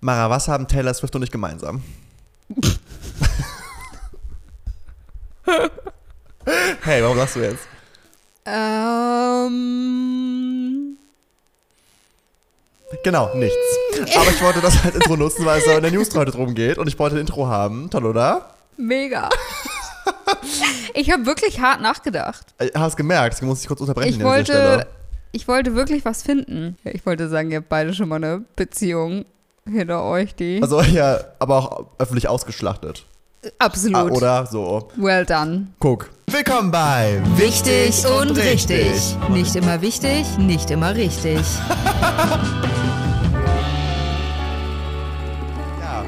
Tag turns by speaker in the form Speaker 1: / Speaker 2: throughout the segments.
Speaker 1: Mara, was haben Taylor Swift und ich gemeinsam? hey, warum lachst du jetzt?
Speaker 2: Ähm.
Speaker 1: Genau, nichts. Aber ich wollte das als Intro nutzen, weil es in der News heute drum geht und ich wollte ein Intro haben. Toll, oder?
Speaker 2: Mega. ich habe wirklich hart nachgedacht.
Speaker 1: Äh, Hast gemerkt, ich muss dich kurz unterbrechen
Speaker 2: Ich
Speaker 1: an dieser
Speaker 2: wollte,
Speaker 1: Stelle.
Speaker 2: ich wollte wirklich was finden. Ja, Ich wollte sagen, ihr habt beide schon mal eine Beziehung hinter euch, die.
Speaker 1: Also ja, aber auch öffentlich ausgeschlachtet. Ah,
Speaker 2: Absolut.
Speaker 1: oder so.
Speaker 2: well done.
Speaker 1: Guck. Willkommen bei
Speaker 3: Wichtig und richtig. Nicht immer wichtig, nicht immer richtig.
Speaker 1: Ja.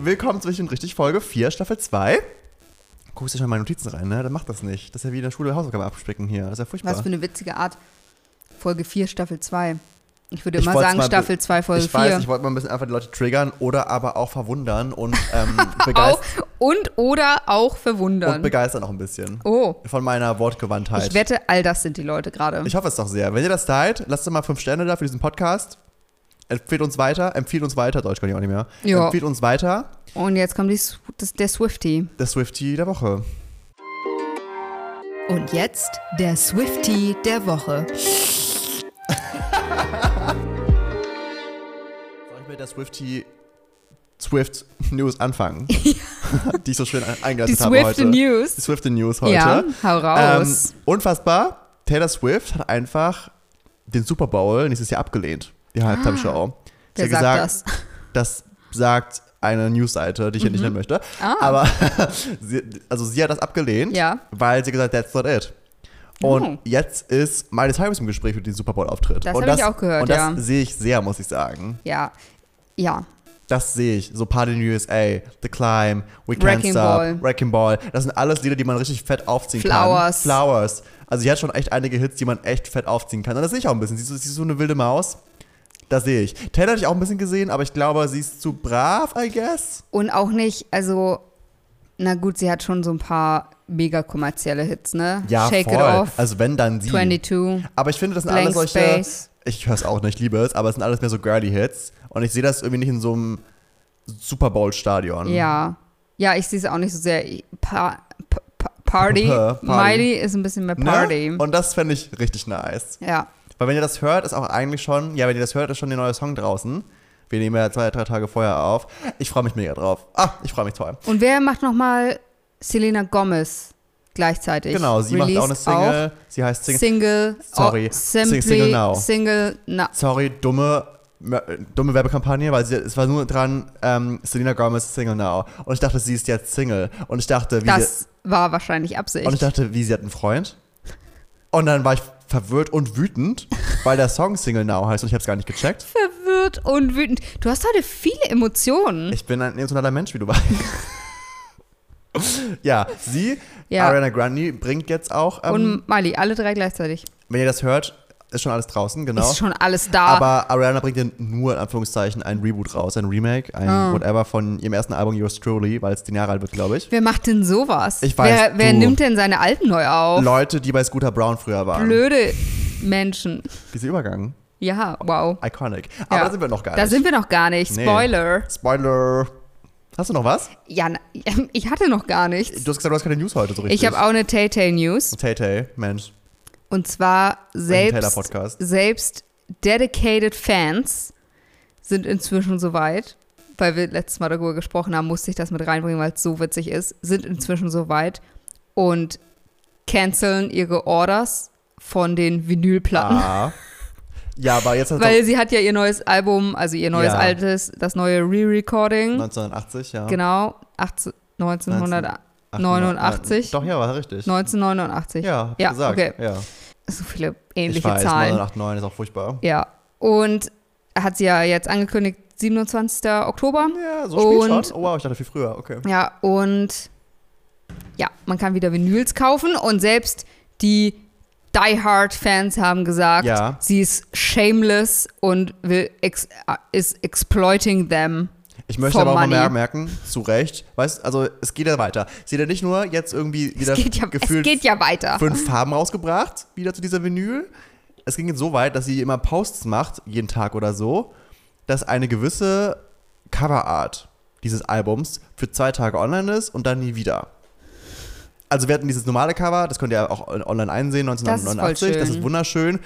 Speaker 1: Willkommen zu Wichtig und Richtig, Folge 4, Staffel 2. Guckst du schon mal in meine Notizen rein, ne? Dann mach das nicht. Das ist ja wie in der Schule Hausaufgaben abspicken hier. Das ist ja furchtbar.
Speaker 2: Was für eine witzige Art. Folge 4, Staffel 2. Ich würde
Speaker 1: Ich
Speaker 2: immer
Speaker 1: wollt's
Speaker 2: sagen,
Speaker 1: mal be-
Speaker 2: Staffel 2, Folge
Speaker 1: ich weiß,
Speaker 2: 4.
Speaker 1: ich wollte mal ein bisschen einfach die Leute triggern oder aber auch verwundern und ähm,
Speaker 2: Auch
Speaker 1: begeistern.
Speaker 2: und oder auch
Speaker 1: und
Speaker 2: verwundern.
Speaker 1: begeistern auch ein bisschen.
Speaker 2: Oh,
Speaker 1: Von meiner Wortgewandtheit.
Speaker 2: ich wette, all das sind die Leute gerade.
Speaker 1: Ich hoffe es doch sehr. Wenn ihr das teilt, lasst doch mal fünf Sterne da für diesen Podcast. Empfehlt uns weiter. Empfiehlt uns weiter. Deutsch kann ich auch nicht mehr.
Speaker 2: Ja.
Speaker 1: Empfiehlt uns weiter.
Speaker 2: Und jetzt kommt die, Sw- das, der Swifty.
Speaker 1: Der Swifty der Woche.
Speaker 3: Und jetzt der Swifty der Woche.
Speaker 1: Soll ich mit der Swifty Swift News anfangen? die ich so schön ein-
Speaker 2: Die
Speaker 1: eingeleitet habe
Speaker 2: Swift
Speaker 1: heute.
Speaker 2: News.
Speaker 1: Die Swift News heute.
Speaker 2: Ja, hau
Speaker 1: Ähm,
Speaker 2: raus.
Speaker 1: unfassbar. Taylor Swift hat einfach den Super Bowl nächstes Jahr abgelehnt. Die Halbtime-Show. Sie
Speaker 2: Ah, Wer
Speaker 1: hat
Speaker 2: sagt
Speaker 1: gesagt, Das
Speaker 2: das?
Speaker 1: sagt eine Newsseite, die ich hier nicht nennen möchte.
Speaker 2: Ah.
Speaker 1: Aber sie, also sie hat das abgelehnt,
Speaker 2: Ja.
Speaker 1: weil sie gesagt hat, that's not it. Und
Speaker 2: Oh.
Speaker 1: jetzt ist Miley Cyrus im Gespräch für den Super Bowl-Auftritt.
Speaker 2: Das
Speaker 1: Und
Speaker 2: habe ich auch gehört,
Speaker 1: Und das
Speaker 2: ja.
Speaker 1: sehe ich sehr, muss ich sagen.
Speaker 2: Ja. Ja.
Speaker 1: Das sehe ich. So Party in the USA, The Climb, We Can't
Speaker 2: Wrecking
Speaker 1: Stop,
Speaker 2: Ball.
Speaker 1: Wrecking Ball. Das sind alles Lieder, die man richtig fett aufziehen
Speaker 2: Flowers.
Speaker 1: kann. Flowers. Also sie hat schon echt einige Hits, die man echt fett aufziehen kann. Und das sehe ich auch ein bisschen. Sie ist, so- sie ist so eine wilde Maus. Das sehe ich. Taylor hatte ich auch ein bisschen gesehen, aber ich glaube, sie ist zu brav, I guess.
Speaker 2: Und auch nicht, also, na gut, sie hat schon so ein paar mega kommerzielle Hits, ne?
Speaker 1: Ja,
Speaker 2: Shake
Speaker 1: voll.
Speaker 2: It Off,
Speaker 1: Also wenn, dann sie.
Speaker 2: 22.
Speaker 1: Aber ich finde, das sind
Speaker 2: Blank
Speaker 1: alles solche.
Speaker 2: Space.
Speaker 1: Ich höre es auch nicht, ich liebe es, aber es sind alles mehr so Girly-Hits. Und ich sehe das irgendwie nicht in so einem Super Bowl-Stadion.
Speaker 2: Ja. Ja, ich sehe es auch nicht so sehr. Pa pa pa Party.
Speaker 1: Pa- Party.
Speaker 2: Miley ist ein bisschen mehr
Speaker 1: Ne?
Speaker 2: Party.
Speaker 1: Und das fände ich richtig nice.
Speaker 2: Ja.
Speaker 1: Weil wenn ihr das hört, ist auch eigentlich schon, ja, wenn ihr das hört, ist schon der neue Song draußen. Wir nehmen ja zwei, drei Tage vorher auf. Ich freue mich mega drauf. Ah, ich freue mich toll.
Speaker 2: Und wer macht nochmal Selena Gomez gleichzeitig?
Speaker 1: Genau, sie macht auch eine
Speaker 2: Released
Speaker 1: Single. Sie heißt Single.
Speaker 2: Single.
Speaker 1: Sorry.
Speaker 2: Oh, simply
Speaker 1: Sing- Single Now.
Speaker 2: Single Now.
Speaker 1: Sorry, dumme, äh, dumme Werbekampagne, weil sie, es war nur dran, ähm, Selena Gomez ist Single now. Und ich dachte, sie ist jetzt Single. Und ich dachte, wie sie,
Speaker 2: Das war wahrscheinlich Absicht.
Speaker 1: und ich dachte, wie sie hat einen Freund. Und dann war ich verwirrt und wütend, weil der Song Single now heißt und ich habe es gar nicht gecheckt.
Speaker 2: Verwirrt und wütend. Du hast heute viele Emotionen.
Speaker 1: Ich bin ein emotionaler Mensch, wie du weißt. ja, sie,
Speaker 2: Ja.
Speaker 1: Ariana Grande, bringt jetzt auch, ähm,
Speaker 2: und Miley, alle drei gleichzeitig.
Speaker 1: wenn ihr das hört, ist schon alles draußen, genau.
Speaker 2: Ist schon alles da.
Speaker 1: Aber Ariana bringt ja nur in Anführungszeichen ein Reboot raus, ein Remake, ein
Speaker 2: Ah.
Speaker 1: Whatever von ihrem ersten Album Yours Truly, weil es den Jahre alt wird, glaube ich.
Speaker 2: wer macht denn sowas?
Speaker 1: Ich weiß,
Speaker 2: wer wer
Speaker 1: du.
Speaker 2: nimmt denn seine Alten neu auf?
Speaker 1: Leute, die bei Scooter Brown früher waren.
Speaker 2: Blöde Menschen.
Speaker 1: Dieser Übergang.
Speaker 2: Ja, wow.
Speaker 1: Iconic. Aber
Speaker 2: Ja.
Speaker 1: da sind wir noch gar
Speaker 2: Da
Speaker 1: nicht.
Speaker 2: sind wir noch gar nicht.
Speaker 1: Nee.
Speaker 2: Spoiler.
Speaker 1: Spoiler. Hast du noch was?
Speaker 2: Ja, na, ich hatte noch gar
Speaker 1: Du
Speaker 2: nichts.
Speaker 1: hast gesagt, du hast keine News heute so richtig.
Speaker 2: Ich habe auch eine Tay-Tay-News.
Speaker 1: Tay Tay, Mensch.
Speaker 2: Und zwar selbst,
Speaker 1: Taylor-Podcast.
Speaker 2: selbst dedicated Fans sind inzwischen soweit, weil wir letztes Mal darüber gesprochen haben, musste ich das mit reinbringen, weil es so witzig ist, sind inzwischen soweit und canceln ihre Orders von den Vinylplatten.
Speaker 1: Ah. Ja, aber jetzt hat
Speaker 2: Weil sie hat ja ihr neues Album, also ihr neues
Speaker 1: Ja.
Speaker 2: altes, das neue Re-Recording.
Speaker 1: 1980, ja.
Speaker 2: Hm? Genau, 18,
Speaker 1: 89.
Speaker 2: 1989.
Speaker 1: Doch, ja, war richtig.
Speaker 2: 1989.
Speaker 1: Ja, hab ich
Speaker 2: Ja,
Speaker 1: gesagt.
Speaker 2: okay.
Speaker 1: Ja.
Speaker 2: So viele
Speaker 1: Ich
Speaker 2: ähnliche
Speaker 1: weiß,
Speaker 2: Zahlen.
Speaker 1: 1989 ist auch furchtbar.
Speaker 2: Ja. Und hat sie ja jetzt angekündigt, 27. Oktober.
Speaker 1: Ja, so spät
Speaker 2: Und-
Speaker 1: schon? Oh, wow, ich dachte viel früher. Okay.
Speaker 2: Ja, und ja, man kann wieder Vinyls kaufen und selbst die Die Hard Fans haben gesagt,
Speaker 1: Ja.
Speaker 2: sie ist shameless und will ex ist exploiting them.
Speaker 1: Ich möchte
Speaker 2: For
Speaker 1: aber auch mal
Speaker 2: money.
Speaker 1: mehr merken, zu Recht. Weißt also es geht ja weiter. Sie hat ja nicht nur jetzt irgendwie wieder
Speaker 2: Es geht ja, es
Speaker 1: gefühlt
Speaker 2: geht ja weiter.
Speaker 1: fünf Farben rausgebracht, wieder zu dieser Vinyl. Es ging jetzt so weit, dass sie immer Posts macht, jeden Tag oder so, dass eine gewisse Coverart dieses Albums für zwei Tage online ist und dann nie wieder. Also wir hatten dieses normale Cover, das könnt ihr auch online einsehen,
Speaker 2: Das ist voll
Speaker 1: 1989. Das ist,
Speaker 2: schön.
Speaker 1: wunderschön.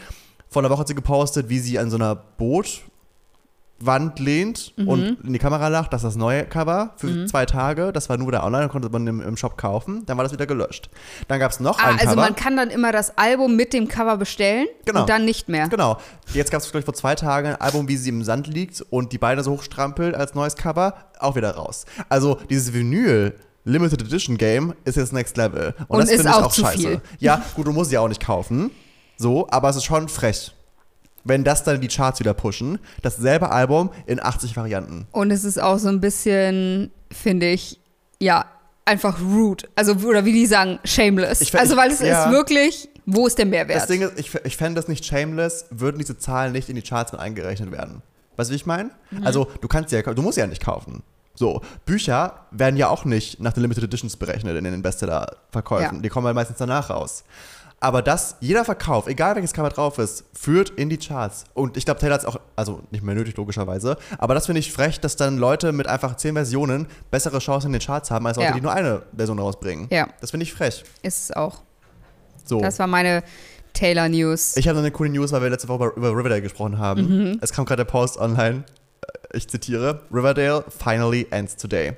Speaker 1: Vor einer Woche hat sie gepostet, wie sie an so einer Bootwand lehnt
Speaker 2: Mhm.
Speaker 1: und in die Kamera lacht. Das ist das neue Cover für zwei Tage. Das war nur da online, konnte man im, im Shop kaufen. Dann war das wieder gelöscht. Dann gab es noch
Speaker 2: Ah,
Speaker 1: ein
Speaker 2: also
Speaker 1: Cover.
Speaker 2: man kann dann immer das Album mit dem Cover bestellen
Speaker 1: Genau.
Speaker 2: und dann nicht mehr.
Speaker 1: Genau. Jetzt gab es vielleicht vor zwei Tagen ein Album, wie sie im Sand liegt und die Beine so hochstrampelt als neues Cover, auch wieder raus. Also dieses Vinyl. Limited Edition Game ist jetzt Next Level. Und,
Speaker 2: Und
Speaker 1: das
Speaker 2: ist
Speaker 1: finde ich
Speaker 2: auch
Speaker 1: auch,
Speaker 2: zu
Speaker 1: scheiße.
Speaker 2: viel.
Speaker 1: Ja, gut, du musst sie auch nicht kaufen. So, aber es ist schon frech. Wenn das dann die Charts wieder pushen, dasselbe Album in 80 Varianten.
Speaker 2: Und es ist auch so ein bisschen, finde ich, ja, einfach rude. Also, oder wie die sagen, shameless.
Speaker 1: Ich fä-
Speaker 2: also, weil es
Speaker 1: ich- ja.
Speaker 2: ist wirklich, wo ist der Mehrwert?
Speaker 1: Das Ding ist, ich, f- ich fände das nicht shameless, würden diese Zahlen nicht in die Charts mit eingerechnet werden. Weißt du, wie ich meine?
Speaker 2: Mhm.
Speaker 1: Also, du kannst sie ja, kau- du musst sie ja nicht kaufen. So, Bücher werden ja auch nicht nach den Limited Editions berechnet in den Bestseller-Verkäufen.
Speaker 2: Ja.
Speaker 1: Die kommen halt meistens danach raus. Aber das, jeder Verkauf, egal welches Cover drauf ist, führt in die Charts. Und ich glaube, Taylor hat es auch, also nicht mehr nötig, logischerweise. Aber das finde ich frech, dass dann Leute mit einfach zehn Versionen bessere Chancen in den Charts haben, als Leute,
Speaker 2: Ja.
Speaker 1: die nur eine Version rausbringen.
Speaker 2: Ja.
Speaker 1: Das finde ich frech.
Speaker 2: ist es auch.
Speaker 1: So.
Speaker 2: Das war meine Taylor News.
Speaker 1: Oh. Ich habe noch eine coole News, weil wir letzte Woche über- über Riverdale gesprochen haben.
Speaker 2: Mhm.
Speaker 1: Es kam gerade der Post online. Äh, Ich zitiere: Riverdale finally ends today.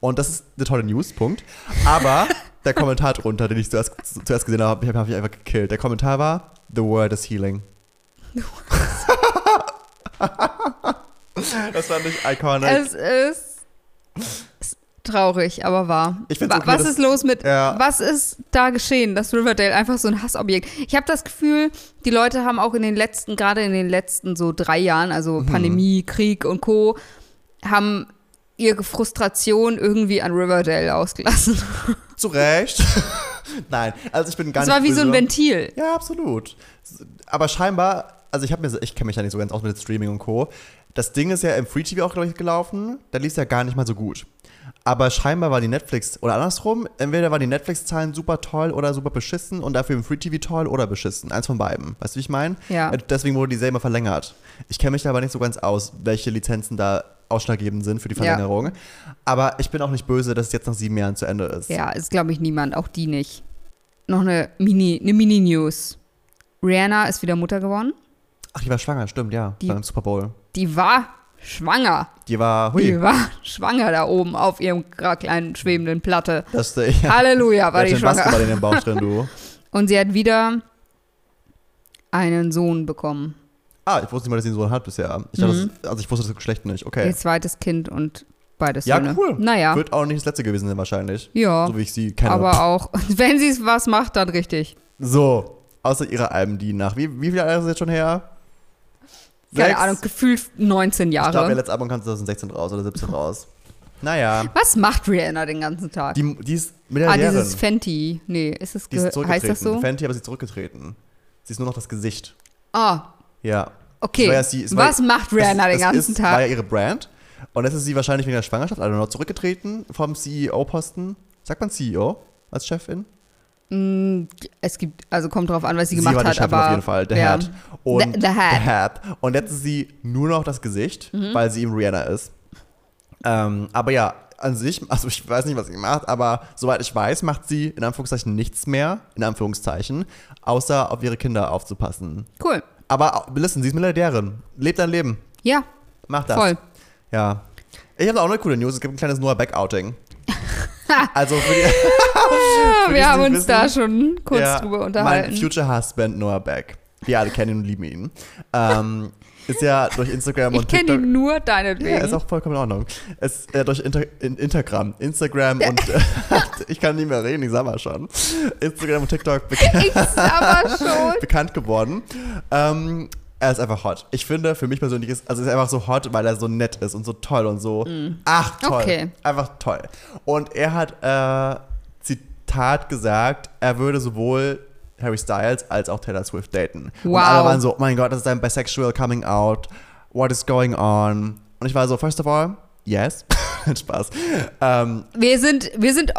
Speaker 1: Und das ist eine tolle News, Punkt. Aber der Kommentar drunter, den ich zuerst, zu- zuerst gesehen habe, habe hab ich einfach gekillt. Der Kommentar war: The word is healing. das fand ich iconic.
Speaker 2: es ist traurig, aber wahr.
Speaker 1: Ich find's
Speaker 2: Wa-
Speaker 1: okay,
Speaker 2: was
Speaker 1: dass-
Speaker 2: ist los mit,
Speaker 1: Ja.
Speaker 2: was ist da geschehen, dass Riverdale einfach so ein Hassobjekt? Ich habe das Gefühl, die Leute haben auch in den letzten, gerade in den letzten so drei Jahren, also
Speaker 1: Mhm.
Speaker 2: Pandemie, Krieg und Co., haben ihre Frustration irgendwie an Riverdale ausgelassen.
Speaker 1: Zu Recht. Nein, also ich bin gar
Speaker 2: Es
Speaker 1: nicht
Speaker 2: war wie so ein
Speaker 1: böse.
Speaker 2: Ventil.
Speaker 1: Ja, absolut. Aber scheinbar, also ich habe mir, ich kenne mich ja nicht so ganz aus mit Streaming und Co. Das Ding ist ja im Free TV auch, glaube ich, gelaufen. Da lief es ja gar nicht mal so gut. Aber scheinbar waren die Netflix, oder andersrum, entweder waren die Netflix-Zahlen super toll oder super beschissen und dafür im Free TV toll oder beschissen. Eins von beiden. Weißt du, wie ich meine?
Speaker 2: Ja.
Speaker 1: Äh, Deswegen wurde die selber verlängert. Ich kenne mich da aber nicht so ganz aus, welche Lizenzen da ausschlaggebend sind für die
Speaker 2: Ja.
Speaker 1: Verlängerung. Aber ich bin auch nicht böse, dass es jetzt nach sieben Jahren zu Ende ist.
Speaker 2: Ja, ist, glaube ich, niemand, auch die nicht. Noch eine Mini-News. Eine Mini Rihanna ist wieder Mutter geworden.
Speaker 1: Ach, die war schwanger, stimmt, ja.
Speaker 2: Die-
Speaker 1: beim Super Bowl.
Speaker 2: Die war schwanger.
Speaker 1: Die war, hui,
Speaker 2: Die war schwanger da oben auf ihrem gra- kleinen schwebenden Platte.
Speaker 1: das, äh, ja.
Speaker 2: Halleluja, war
Speaker 1: Wer
Speaker 2: die
Speaker 1: hat den
Speaker 2: schwanger.
Speaker 1: Basketball in den Bauch drin, du?
Speaker 2: Und sie hat wieder einen Sohn bekommen.
Speaker 1: Ah, ich wusste nicht mal, dass sie einen Sohn hat bisher. Ich dachte,
Speaker 2: Mhm.
Speaker 1: das, also ich wusste das Geschlecht nicht. Okay.
Speaker 2: Ihr zweites Kind und beides
Speaker 1: Ja,
Speaker 2: Söhne.
Speaker 1: cool.
Speaker 2: Naja,
Speaker 1: Wird auch nicht das letzte gewesen sein wahrscheinlich.
Speaker 2: ja.
Speaker 1: So wie ich sie kenne.
Speaker 2: aber auch, wenn sie es was macht, dann richtig.
Speaker 1: so, außer ihre Alben, die nach. Wie, wie viele Jahre ist es jetzt schon her?
Speaker 2: Keine
Speaker 1: Sechs?
Speaker 2: Ahnung, gefühlt 19
Speaker 1: Ich glaube, ihr
Speaker 2: Jahre.
Speaker 1: letztes Album kam 2016 raus oder 17 raus. Naja.
Speaker 2: Was macht Rihanna den ganzen Tag?
Speaker 1: Die, die ist
Speaker 2: ah,
Speaker 1: Milliardärin.
Speaker 2: dieses Fenty. Nee, ist es
Speaker 1: die
Speaker 2: ge-
Speaker 1: ist zurückgetreten.
Speaker 2: heißt das so?
Speaker 1: Fenty, aber sie ist zurückgetreten. Sie ist nur noch das Gesicht.
Speaker 2: Ah,
Speaker 1: Ja.
Speaker 2: okay.
Speaker 1: Es war ja sie- es war-
Speaker 2: was macht Rihanna
Speaker 1: es,
Speaker 2: den ganzen
Speaker 1: es ist,
Speaker 2: Tag?
Speaker 1: war ja ihre Brand. Und jetzt ist sie wahrscheinlich wegen der Schwangerschaft, I don't know, zurückgetreten vom CEO-Posten. Sagt man CEO als Chefin?
Speaker 2: Mm, Es gibt, also kommt drauf an, was sie
Speaker 1: sie
Speaker 2: gemacht
Speaker 1: war die
Speaker 2: hat,
Speaker 1: Chefin
Speaker 2: aber
Speaker 1: auf jeden Fall, der
Speaker 2: ja.
Speaker 1: Hat. Und
Speaker 2: The- the Hat. Mhm.
Speaker 1: Und jetzt ist sie nur noch das Gesicht, weil sie eben Rihanna ist. Ähm, aber ja, an sich, also ich weiß nicht, was sie macht, aber soweit ich weiß, macht sie in Anführungszeichen nichts mehr, in Anführungszeichen, außer auf ihre Kinder aufzupassen.
Speaker 2: Cool.
Speaker 1: Aber äh, listen, sie ist Milliardärin. Lebt dein Leben.
Speaker 2: Ja,
Speaker 1: Mach das.
Speaker 2: voll.
Speaker 1: Ja. Ich habe auch eine coole News. Es gibt ein kleines Noah Beck-Outing. also für die,
Speaker 2: Ja,
Speaker 1: die es
Speaker 2: wir haben
Speaker 1: nicht
Speaker 2: uns
Speaker 1: wissen,
Speaker 2: da schon kurz
Speaker 1: ja,
Speaker 2: drüber
Speaker 1: Mein
Speaker 2: unterhalten.
Speaker 1: Future Husband Noah Beck. Wir alle kennen ihn und lieben ihn. Ähm, ist ja durch Instagram
Speaker 2: Ich
Speaker 1: und
Speaker 2: kenne
Speaker 1: TikTok.
Speaker 2: ihn nur
Speaker 1: Ja,
Speaker 2: deinetwegen.
Speaker 1: ist auch vollkommen in Ordnung. Es äh, durch Inter in Instagram, Instagram und äh, ich kann nicht mehr reden, ich sag mal schon. Instagram und TikTok bekannt.
Speaker 2: ich aber schon.
Speaker 1: bekannt geworden. Ähm, er ist einfach hot. Ich finde, für mich persönlich ist, also ist er einfach so hot, weil er so nett ist und so toll und so. Ach, toll.
Speaker 2: Mm. Okay.
Speaker 1: Einfach toll. Und er hat, äh, Zitat gesagt, er würde sowohl Harry Styles als auch Taylor Swift daten. Und
Speaker 2: Wow.
Speaker 1: alle waren so, oh mein Gott, das ist ein bisexual coming out. What is going on? Und ich war so, first of all, yes. Spaß. Ähm,
Speaker 2: Wir sind, wir sind,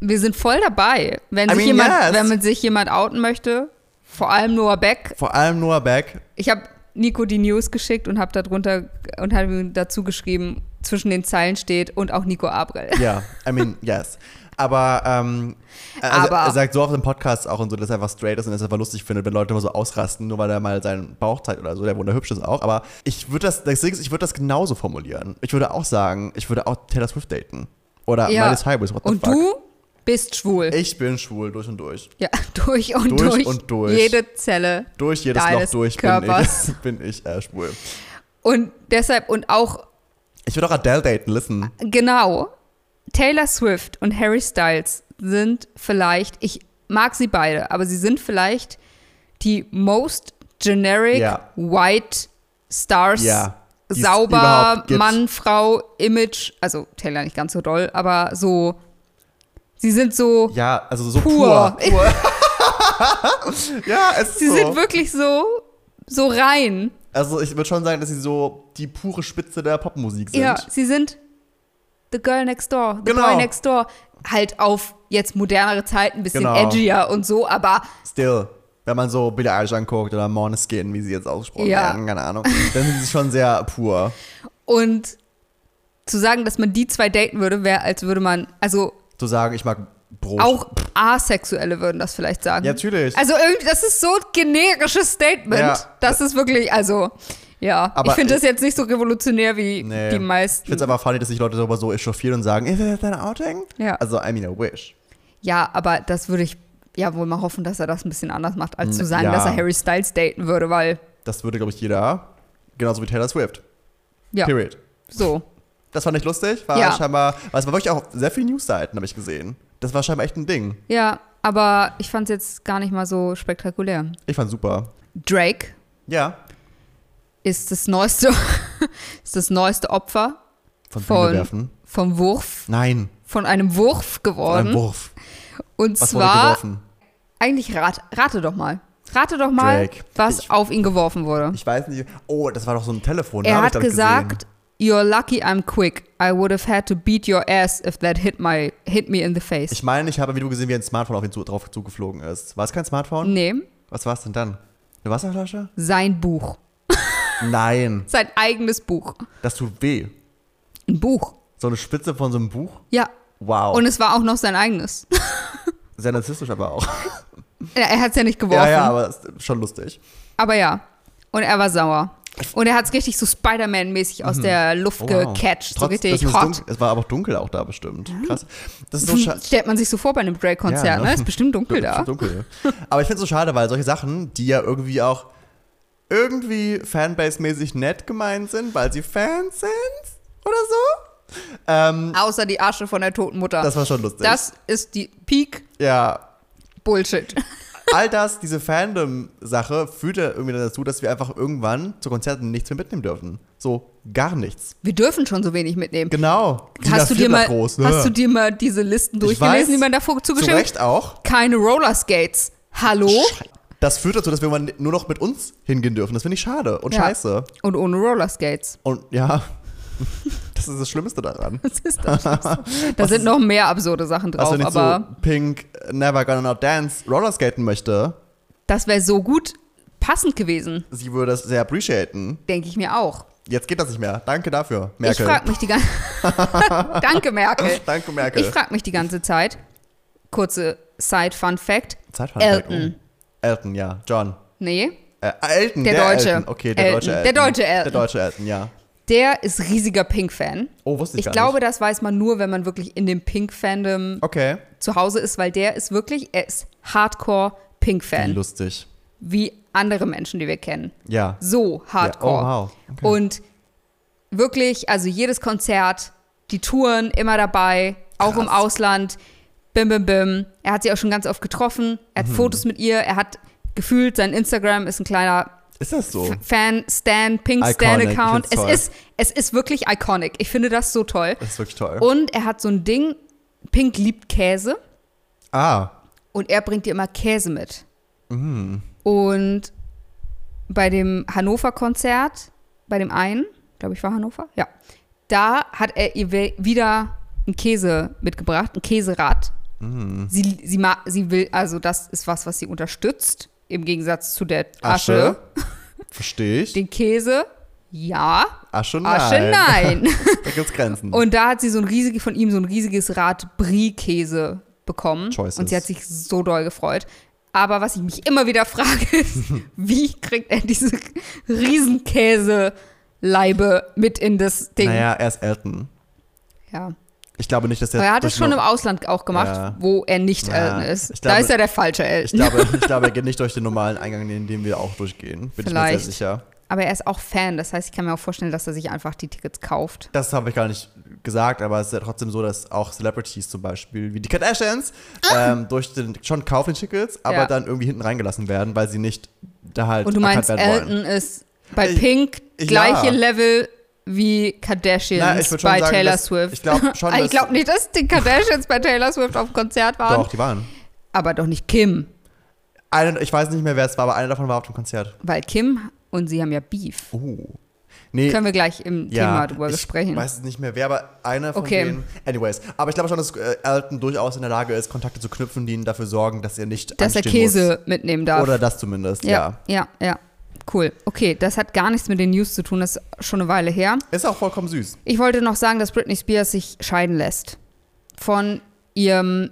Speaker 2: wir sind voll dabei. Wenn
Speaker 1: I
Speaker 2: sich
Speaker 1: mean,
Speaker 2: jemand,
Speaker 1: yes.
Speaker 2: wenn man sich jemand outen möchte, vor allem Noah Beck.
Speaker 1: vor allem Noah Beck
Speaker 2: Ich habe Nico die News geschickt und habe darunter und habe ihm dazu geschrieben, zwischen den Zeilen steht und auch Nico Abrell.
Speaker 1: Ja, I mean, yes. Aber, ähm, also
Speaker 2: Aber-
Speaker 1: er sagt so oft im Podcast auch und so, dass er einfach straight ist und dass er einfach lustig findet, wenn Leute immer so ausrasten, nur weil er mal seinen Bauch zeigt oder so, der wunderhübsch ist auch. Aber ich würde das, das Ding ist, ich würde das genauso formulieren. Ich würde auch sagen, ich würde auch Taylor Swift daten. Oder
Speaker 2: Ja.
Speaker 1: Miley Cyrus, what the
Speaker 2: Und
Speaker 1: fuck.
Speaker 2: du bist schwul.
Speaker 1: Ich bin schwul, durch und durch.
Speaker 2: ja, durch und durch.
Speaker 1: Durch und durch.
Speaker 2: Jede Zelle.
Speaker 1: Durch jedes
Speaker 2: Deines
Speaker 1: Loch durch
Speaker 2: Körpers.
Speaker 1: bin ich, bin ich äh, schwul.
Speaker 2: Und deshalb, und auch,
Speaker 1: Ich würde auch Adele daten, listen.
Speaker 2: genau, Taylor Swift und Harry Styles sind vielleicht, ich mag sie beide, aber sie sind vielleicht die most generic
Speaker 1: Ja.
Speaker 2: white stars
Speaker 1: Ja. die es
Speaker 2: sauber
Speaker 1: überhaupt gibt.
Speaker 2: Mann, Frau, Image, also Taylor nicht ganz so doll, aber so, sie sind so
Speaker 1: Ja, also so
Speaker 2: pur.
Speaker 1: pur. Ja, es ist
Speaker 2: sie
Speaker 1: so.
Speaker 2: sind wirklich so, so rein.
Speaker 1: also ich würde schon sagen, dass sie so die pure Spitze der Popmusik sind.
Speaker 2: Ja, sie sind the girl next door, the
Speaker 1: Genau.
Speaker 2: boy next door. Halt auf jetzt modernere Zeiten, ein bisschen
Speaker 1: Genau.
Speaker 2: edgier und so, aber
Speaker 1: Still. Wenn man so Billie Eilish anguckt oder Måneskin, wie sie jetzt ausgesprochen
Speaker 2: Ja.
Speaker 1: werden, keine Ahnung, dann sind sie schon sehr pur.
Speaker 2: und zu sagen, dass man die zwei daten würde, wäre, als würde man, also
Speaker 1: Zu sagen, ich mag Brot.
Speaker 2: auch Asexuelle würden das vielleicht sagen.
Speaker 1: Ja, natürlich.
Speaker 2: Also irgendwie, das ist so ein generisches Statement.
Speaker 1: Ja.
Speaker 2: Das ist wirklich, also, ja.
Speaker 1: Aber
Speaker 2: ich finde das
Speaker 1: ich-
Speaker 2: jetzt nicht so revolutionär
Speaker 1: Nee.
Speaker 2: wie die
Speaker 1: Ich finde es
Speaker 2: meisten.
Speaker 1: einfach funny, dass sich Leute darüber so echauffieren und sagen, ist das dein Outing?
Speaker 2: Ja.
Speaker 1: Also, I mean, I wish.
Speaker 2: Ja, aber das würde ich ja wohl mal hoffen, dass er das ein bisschen anders macht, als zu
Speaker 1: N-
Speaker 2: sagen,
Speaker 1: ja.
Speaker 2: dass er Harry Styles daten würde, weil,
Speaker 1: Das würde, glaube ich, jeder. Genauso wie Taylor Swift.
Speaker 2: ja,
Speaker 1: Period.
Speaker 2: so.
Speaker 1: Das fand ich lustig. War
Speaker 2: Ja.
Speaker 1: scheinbar, weil es war wirklich auch sehr viele Newsseiten, habe ich gesehen. Das war scheinbar echt ein Ding.
Speaker 2: Ja, aber ich fand es jetzt gar nicht mal so spektakulär.
Speaker 1: Ich fand super.
Speaker 2: Drake
Speaker 1: Ja.
Speaker 2: ist das neueste, ist das neueste Opfer
Speaker 1: Von,
Speaker 2: Von-
Speaker 1: Bühne werfen.
Speaker 2: vom Wurf,
Speaker 1: Nein.
Speaker 2: von einem Wurf geworden.
Speaker 1: Ein Wurf.
Speaker 2: Und
Speaker 1: Was wurde
Speaker 2: zwar,
Speaker 1: geworfen?
Speaker 2: eigentlich rat, rate doch mal. Rate doch mal,
Speaker 1: Drake.
Speaker 2: was
Speaker 1: Ich-
Speaker 2: auf ihn geworfen wurde.
Speaker 1: Ich weiß nicht. Oh, das war doch so ein Telefon.
Speaker 2: er
Speaker 1: hab ich,
Speaker 2: hat
Speaker 1: glaub ich,
Speaker 2: gesagt, You're lucky I'm quick. I would have had to beat your ass if that hit my hit me in the face.
Speaker 1: Ich meine, ich habe ein Video gesehen, wie ein Smartphone auf ihn zu, drauf zugeflogen ist. War es kein Smartphone?
Speaker 2: nee,
Speaker 1: Was war es denn dann? Eine Wasserflasche?
Speaker 2: sein Buch.
Speaker 1: Nein,
Speaker 2: Sein eigenes Buch.
Speaker 1: das tut weh.
Speaker 2: Ein Buch.
Speaker 1: So eine Spitze von so einem Buch?
Speaker 2: Ja.
Speaker 1: Wow.
Speaker 2: Und es war auch noch sein eigenes.
Speaker 1: Sehr narzisstisch aber auch.
Speaker 2: Ja, er hat es ja nicht geworfen.
Speaker 1: Ja, ja, aber ist schon lustig.
Speaker 2: Aber ja. Und er war sauer. Und er hat es richtig so Spider-Man-mäßig aus der Luft
Speaker 1: Oh,
Speaker 2: gecatcht. So
Speaker 1: Trotz-
Speaker 2: richtig
Speaker 1: dass es
Speaker 2: hot.
Speaker 1: dunkel- Es war aber auch dunkel auch da bestimmt. Krass. Das ist so schade.
Speaker 2: Stellt man sich so vor bei einem Drake-Konzert,
Speaker 1: Ja, ne?
Speaker 2: ne? Ist bestimmt dunkel da.
Speaker 1: Dunkel. Aber ich finde es so schade, weil solche Sachen, die ja irgendwie auch irgendwie fanbase-mäßig nett gemeint sind, weil sie Fans sind oder so. Ähm,
Speaker 2: Außer die Asche von der toten Mutter.
Speaker 1: das war schon lustig.
Speaker 2: Ah, Das ist die Peak
Speaker 1: ja,
Speaker 2: Bullshit.
Speaker 1: all das, diese Fandom-Sache, führt ja irgendwie dazu, dass wir einfach irgendwann zu Konzerten nichts mehr mitnehmen dürfen. So gar nichts. Wir
Speaker 2: Wir dürfen schon so wenig mitnehmen.
Speaker 1: Genau. DIN
Speaker 2: Hast du,
Speaker 1: A4
Speaker 2: dir mal,
Speaker 1: Blatt groß.
Speaker 2: hast du dir mal diese Listen
Speaker 1: weiß,
Speaker 2: durchgelesen, die man davor
Speaker 1: zu
Speaker 2: zugeschickt hat?
Speaker 1: Recht auch.
Speaker 2: Keine Roller Skates. Hallo?
Speaker 1: Das führt dazu, dass wir irgendwann nur noch mit uns hingehen dürfen. Das finde ich schade und
Speaker 2: Ja.
Speaker 1: scheiße.
Speaker 2: Und ohne Roller Skates.
Speaker 1: Und ja, das ist das Schlimmste daran.
Speaker 2: Das ist das Schlimmste. Da sind noch mehr absurde Sachen
Speaker 1: Dass
Speaker 2: drauf,
Speaker 1: wenn ich
Speaker 2: aber
Speaker 1: so Pink, Never Gonna Not Dance, Rollerskaten möchte,
Speaker 2: das wäre so gut passend gewesen,
Speaker 1: sie würde es sehr appreciaten.
Speaker 2: denke ich mir auch.
Speaker 1: Jetzt geht das nicht mehr. Danke dafür,
Speaker 2: Ich
Speaker 1: Merkel.
Speaker 2: frage mich die ganze Danke, Merkel.
Speaker 1: Danke, Merkel.
Speaker 2: Ich frage mich die ganze Zeit, kurze Side-Fun-Fact.
Speaker 1: Zeitfahrt-
Speaker 2: Elton.
Speaker 1: Oh. Elton, ja. John.
Speaker 2: Nee,
Speaker 1: Äh, Elton,
Speaker 2: Der
Speaker 1: der,
Speaker 2: Deutsche.
Speaker 1: Elton. Okay, der
Speaker 2: Elton.
Speaker 1: deutsche
Speaker 2: Der
Speaker 1: Elton.
Speaker 2: deutsche Elton.
Speaker 1: Der deutsche Elton, ja.
Speaker 2: der ist riesiger Pink-Fan.
Speaker 1: Oh, wusste ich,
Speaker 2: Ich
Speaker 1: gar
Speaker 2: glaube,
Speaker 1: nicht.
Speaker 2: das weiß man nur, wenn man wirklich in dem Pink-Fandom
Speaker 1: Okay.
Speaker 2: zu Hause ist, weil der ist wirklich, er ist
Speaker 1: Wie
Speaker 2: Hardcore-Pink-Fan,
Speaker 1: lustig.
Speaker 2: wie andere Menschen, die wir kennen.
Speaker 1: Ja.
Speaker 2: So Hardcore.
Speaker 1: Ja, oh, wow. Okay.
Speaker 2: Und wirklich, also jedes Konzert, die Touren immer dabei, auch im Ausland. Bim, bim, bim. Er hat sie auch schon ganz oft getroffen. Er hat
Speaker 1: Mhm.
Speaker 2: Fotos mit ihr. Er hat gefühlt, sein Instagram ist ein kleiner
Speaker 1: Ist das so? Iconic, ich
Speaker 2: Fan-Stan-Pink-Stan-Account.
Speaker 1: find's
Speaker 2: Es
Speaker 1: toll.
Speaker 2: ist, es ist wirklich iconic. Ich finde das so toll.
Speaker 1: Das ist wirklich toll.
Speaker 2: Und er hat so ein Ding, Pink liebt Käse
Speaker 1: ah,
Speaker 2: und er bringt ihr immer Käse mit.
Speaker 1: Mm.
Speaker 2: Und bei dem Hannover-Konzert, bei dem einen, glaube ich, war Hannover, ja, da hat er ihr we- wieder einen Käse mitgebracht, ein Käserad.
Speaker 1: Mm.
Speaker 2: Sie, sie, ma- sie will, also das ist was, was sie unterstützt, im Gegensatz zu der
Speaker 1: Asche.
Speaker 2: Asche.
Speaker 1: Verstehe ich.
Speaker 2: Den Käse, Ja,
Speaker 1: Asche nein.
Speaker 2: Asche nein.
Speaker 1: Da gibt's Grenzen.
Speaker 2: Ah, Und da hat sie so ein riesige, von ihm so ein riesiges Rad Brie-Käse bekommen.
Speaker 1: Choices.
Speaker 2: Und sie hat sich so doll gefreut. Aber was ich mich immer wieder frage, ist, wie kriegt er diese Riesenkäse-Leibe mit in das Ding?
Speaker 1: naja, er ist Elton.
Speaker 2: Ja.
Speaker 1: Ich glaube nicht, dass der.
Speaker 2: Aber er hat es
Speaker 1: durch
Speaker 2: schon im
Speaker 1: eine-
Speaker 2: Ausland auch gemacht,
Speaker 1: Ja.
Speaker 2: wo er nicht
Speaker 1: Ja.
Speaker 2: Elton ist.
Speaker 1: Ich
Speaker 2: da
Speaker 1: glaube-
Speaker 2: ist er der falsche
Speaker 1: ich
Speaker 2: Elton.
Speaker 1: glaube, ich glaube, er geht nicht durch den normalen Eingang, in dem wir auch durchgehen. Bin ich mir
Speaker 2: Vielleicht.
Speaker 1: sehr sicher.
Speaker 2: Aber er ist auch Fan, das heißt, ich kann mir auch vorstellen, dass er sich einfach die Tickets kauft.
Speaker 1: Das habe ich gar nicht gesagt, aber es ist ja trotzdem so, dass auch Celebrities zum Beispiel, wie die Kardashians, ähm, durch den schon kaufen die Tickets, aber
Speaker 2: Ah. Ja.
Speaker 1: dann irgendwie hinten reingelassen werden, weil sie nicht da halt
Speaker 2: Und du
Speaker 1: erkannt
Speaker 2: meinst,
Speaker 1: werden wollen.
Speaker 2: Elton ist bei
Speaker 1: Ich-
Speaker 2: Pink
Speaker 1: ja.
Speaker 2: gleiche Level wie Kardashians
Speaker 1: Na, ich würd schon
Speaker 2: bei
Speaker 1: sagen,
Speaker 2: Taylor
Speaker 1: dass-
Speaker 2: Swift.
Speaker 1: ich glaub schon,
Speaker 2: Ah, ich
Speaker 1: dass-
Speaker 2: glaub nicht, dass die Kardashians bei Taylor Swift auf dem Konzert waren.
Speaker 1: Doch, die waren.
Speaker 2: Aber doch nicht Kim,
Speaker 1: Eine, ich weiß nicht mehr, wer es war, aber einer davon war auf dem Konzert.
Speaker 2: weil Kim und sie haben ja Beef.
Speaker 1: Uh. Nee,
Speaker 2: Können wir gleich im Thema drüber
Speaker 1: ich
Speaker 2: sprechen.
Speaker 1: weiß nicht mehr wer, aber einer von
Speaker 2: Okay.
Speaker 1: denen. Anyways, aber ich glaube schon, dass äh, Elton durchaus in der Lage ist, Kontakte zu knüpfen, die ihn dafür sorgen, dass er nicht
Speaker 2: dass er
Speaker 1: anstehen
Speaker 2: Käse mitnehmen
Speaker 1: muss.
Speaker 2: darf.
Speaker 1: Oder das zumindest, ja.
Speaker 2: ja, ja, ja. Cool. Okay, das hat gar nichts mit den News zu tun, das ist schon eine Weile her.
Speaker 1: Ist auch vollkommen süß.
Speaker 2: Ich wollte noch sagen, dass Britney Spears sich scheiden lässt von ihrem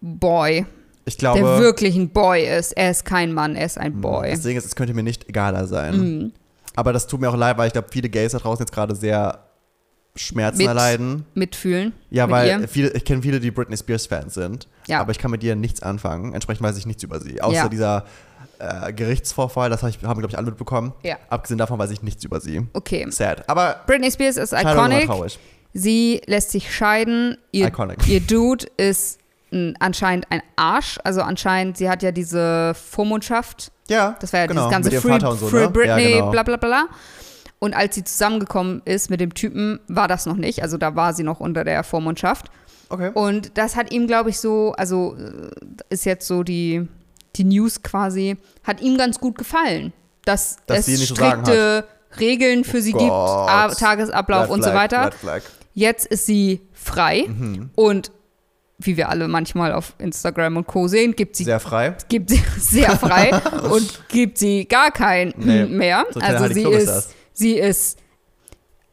Speaker 2: Boy,
Speaker 1: Ich
Speaker 2: der
Speaker 1: glaube,
Speaker 2: wirklich ein Boy ist. Er ist kein Mann, er ist
Speaker 1: Mhm.
Speaker 2: ein Boy. Mhm. Hm,
Speaker 1: deswegen ist es könnte mir nicht egaler sein. Aber das tut mir auch leid, weil ich glaube, viele Gays da draußen jetzt gerade sehr Schmerzen
Speaker 2: Mit-
Speaker 1: erleiden.
Speaker 2: Mitfühlen.
Speaker 1: Ja,
Speaker 2: mit
Speaker 1: weil
Speaker 2: ihr.
Speaker 1: viele, ich kenne viele, die Britney Spears Fans sind,
Speaker 2: Ja.
Speaker 1: aber ich kann mit ihr nichts anfangen. Entsprechend weiß ich nichts über sie. Außer
Speaker 2: Ja.
Speaker 1: dieser äh, Gerichtsvorfall, das hab ich- haben, glaube ich, alle mitbekommen.
Speaker 2: Ja.
Speaker 1: Abgesehen davon weiß ich nichts über sie.
Speaker 2: Okay.
Speaker 1: Sad. Aber
Speaker 2: Britney Spears ist
Speaker 1: Scheidung war
Speaker 2: iconic.
Speaker 1: traurig.
Speaker 2: Sie lässt sich scheiden. Ihr,
Speaker 1: Iconic.
Speaker 2: ihr Dude ist ein, anscheinend ein Arsch. Also anscheinend, sie hat ja diese Vormundschaft.
Speaker 1: Ja,
Speaker 2: Das war ja
Speaker 1: genau,
Speaker 2: dieses ganze
Speaker 1: mit dem
Speaker 2: Free,
Speaker 1: Vater und so,
Speaker 2: Free
Speaker 1: ne?
Speaker 2: Britney,
Speaker 1: ja, genau.
Speaker 2: bla bla bla. Und als sie zusammengekommen ist mit dem Typen, war das noch nicht. Also da war sie noch unter der Vormundschaft.
Speaker 1: Okay.
Speaker 2: Und das hat ihm, glaube ich, so, also äh, ist jetzt so die, die News quasi, hat ihm ganz gut gefallen, dass,
Speaker 1: Dass
Speaker 2: es
Speaker 1: sie nicht zu sagen Oh
Speaker 2: strikte Regeln für sie
Speaker 1: Gott.
Speaker 2: gibt, A- Tagesablauf
Speaker 1: Red
Speaker 2: und so
Speaker 1: Flag,
Speaker 2: weiter.
Speaker 1: Red Mhm. Flag.
Speaker 2: Jetzt ist sie frei und wie wir alle manchmal auf Instagram und Co. sehen, gibt sie,
Speaker 1: Sehr frei.
Speaker 2: gibt sie sehr frei und gibt sie gar kein
Speaker 1: Nee,
Speaker 2: mehr.
Speaker 1: so ein kleiner
Speaker 2: also
Speaker 1: Heidi
Speaker 2: sie
Speaker 1: Klum ist
Speaker 2: ist,
Speaker 1: das.
Speaker 2: sie ist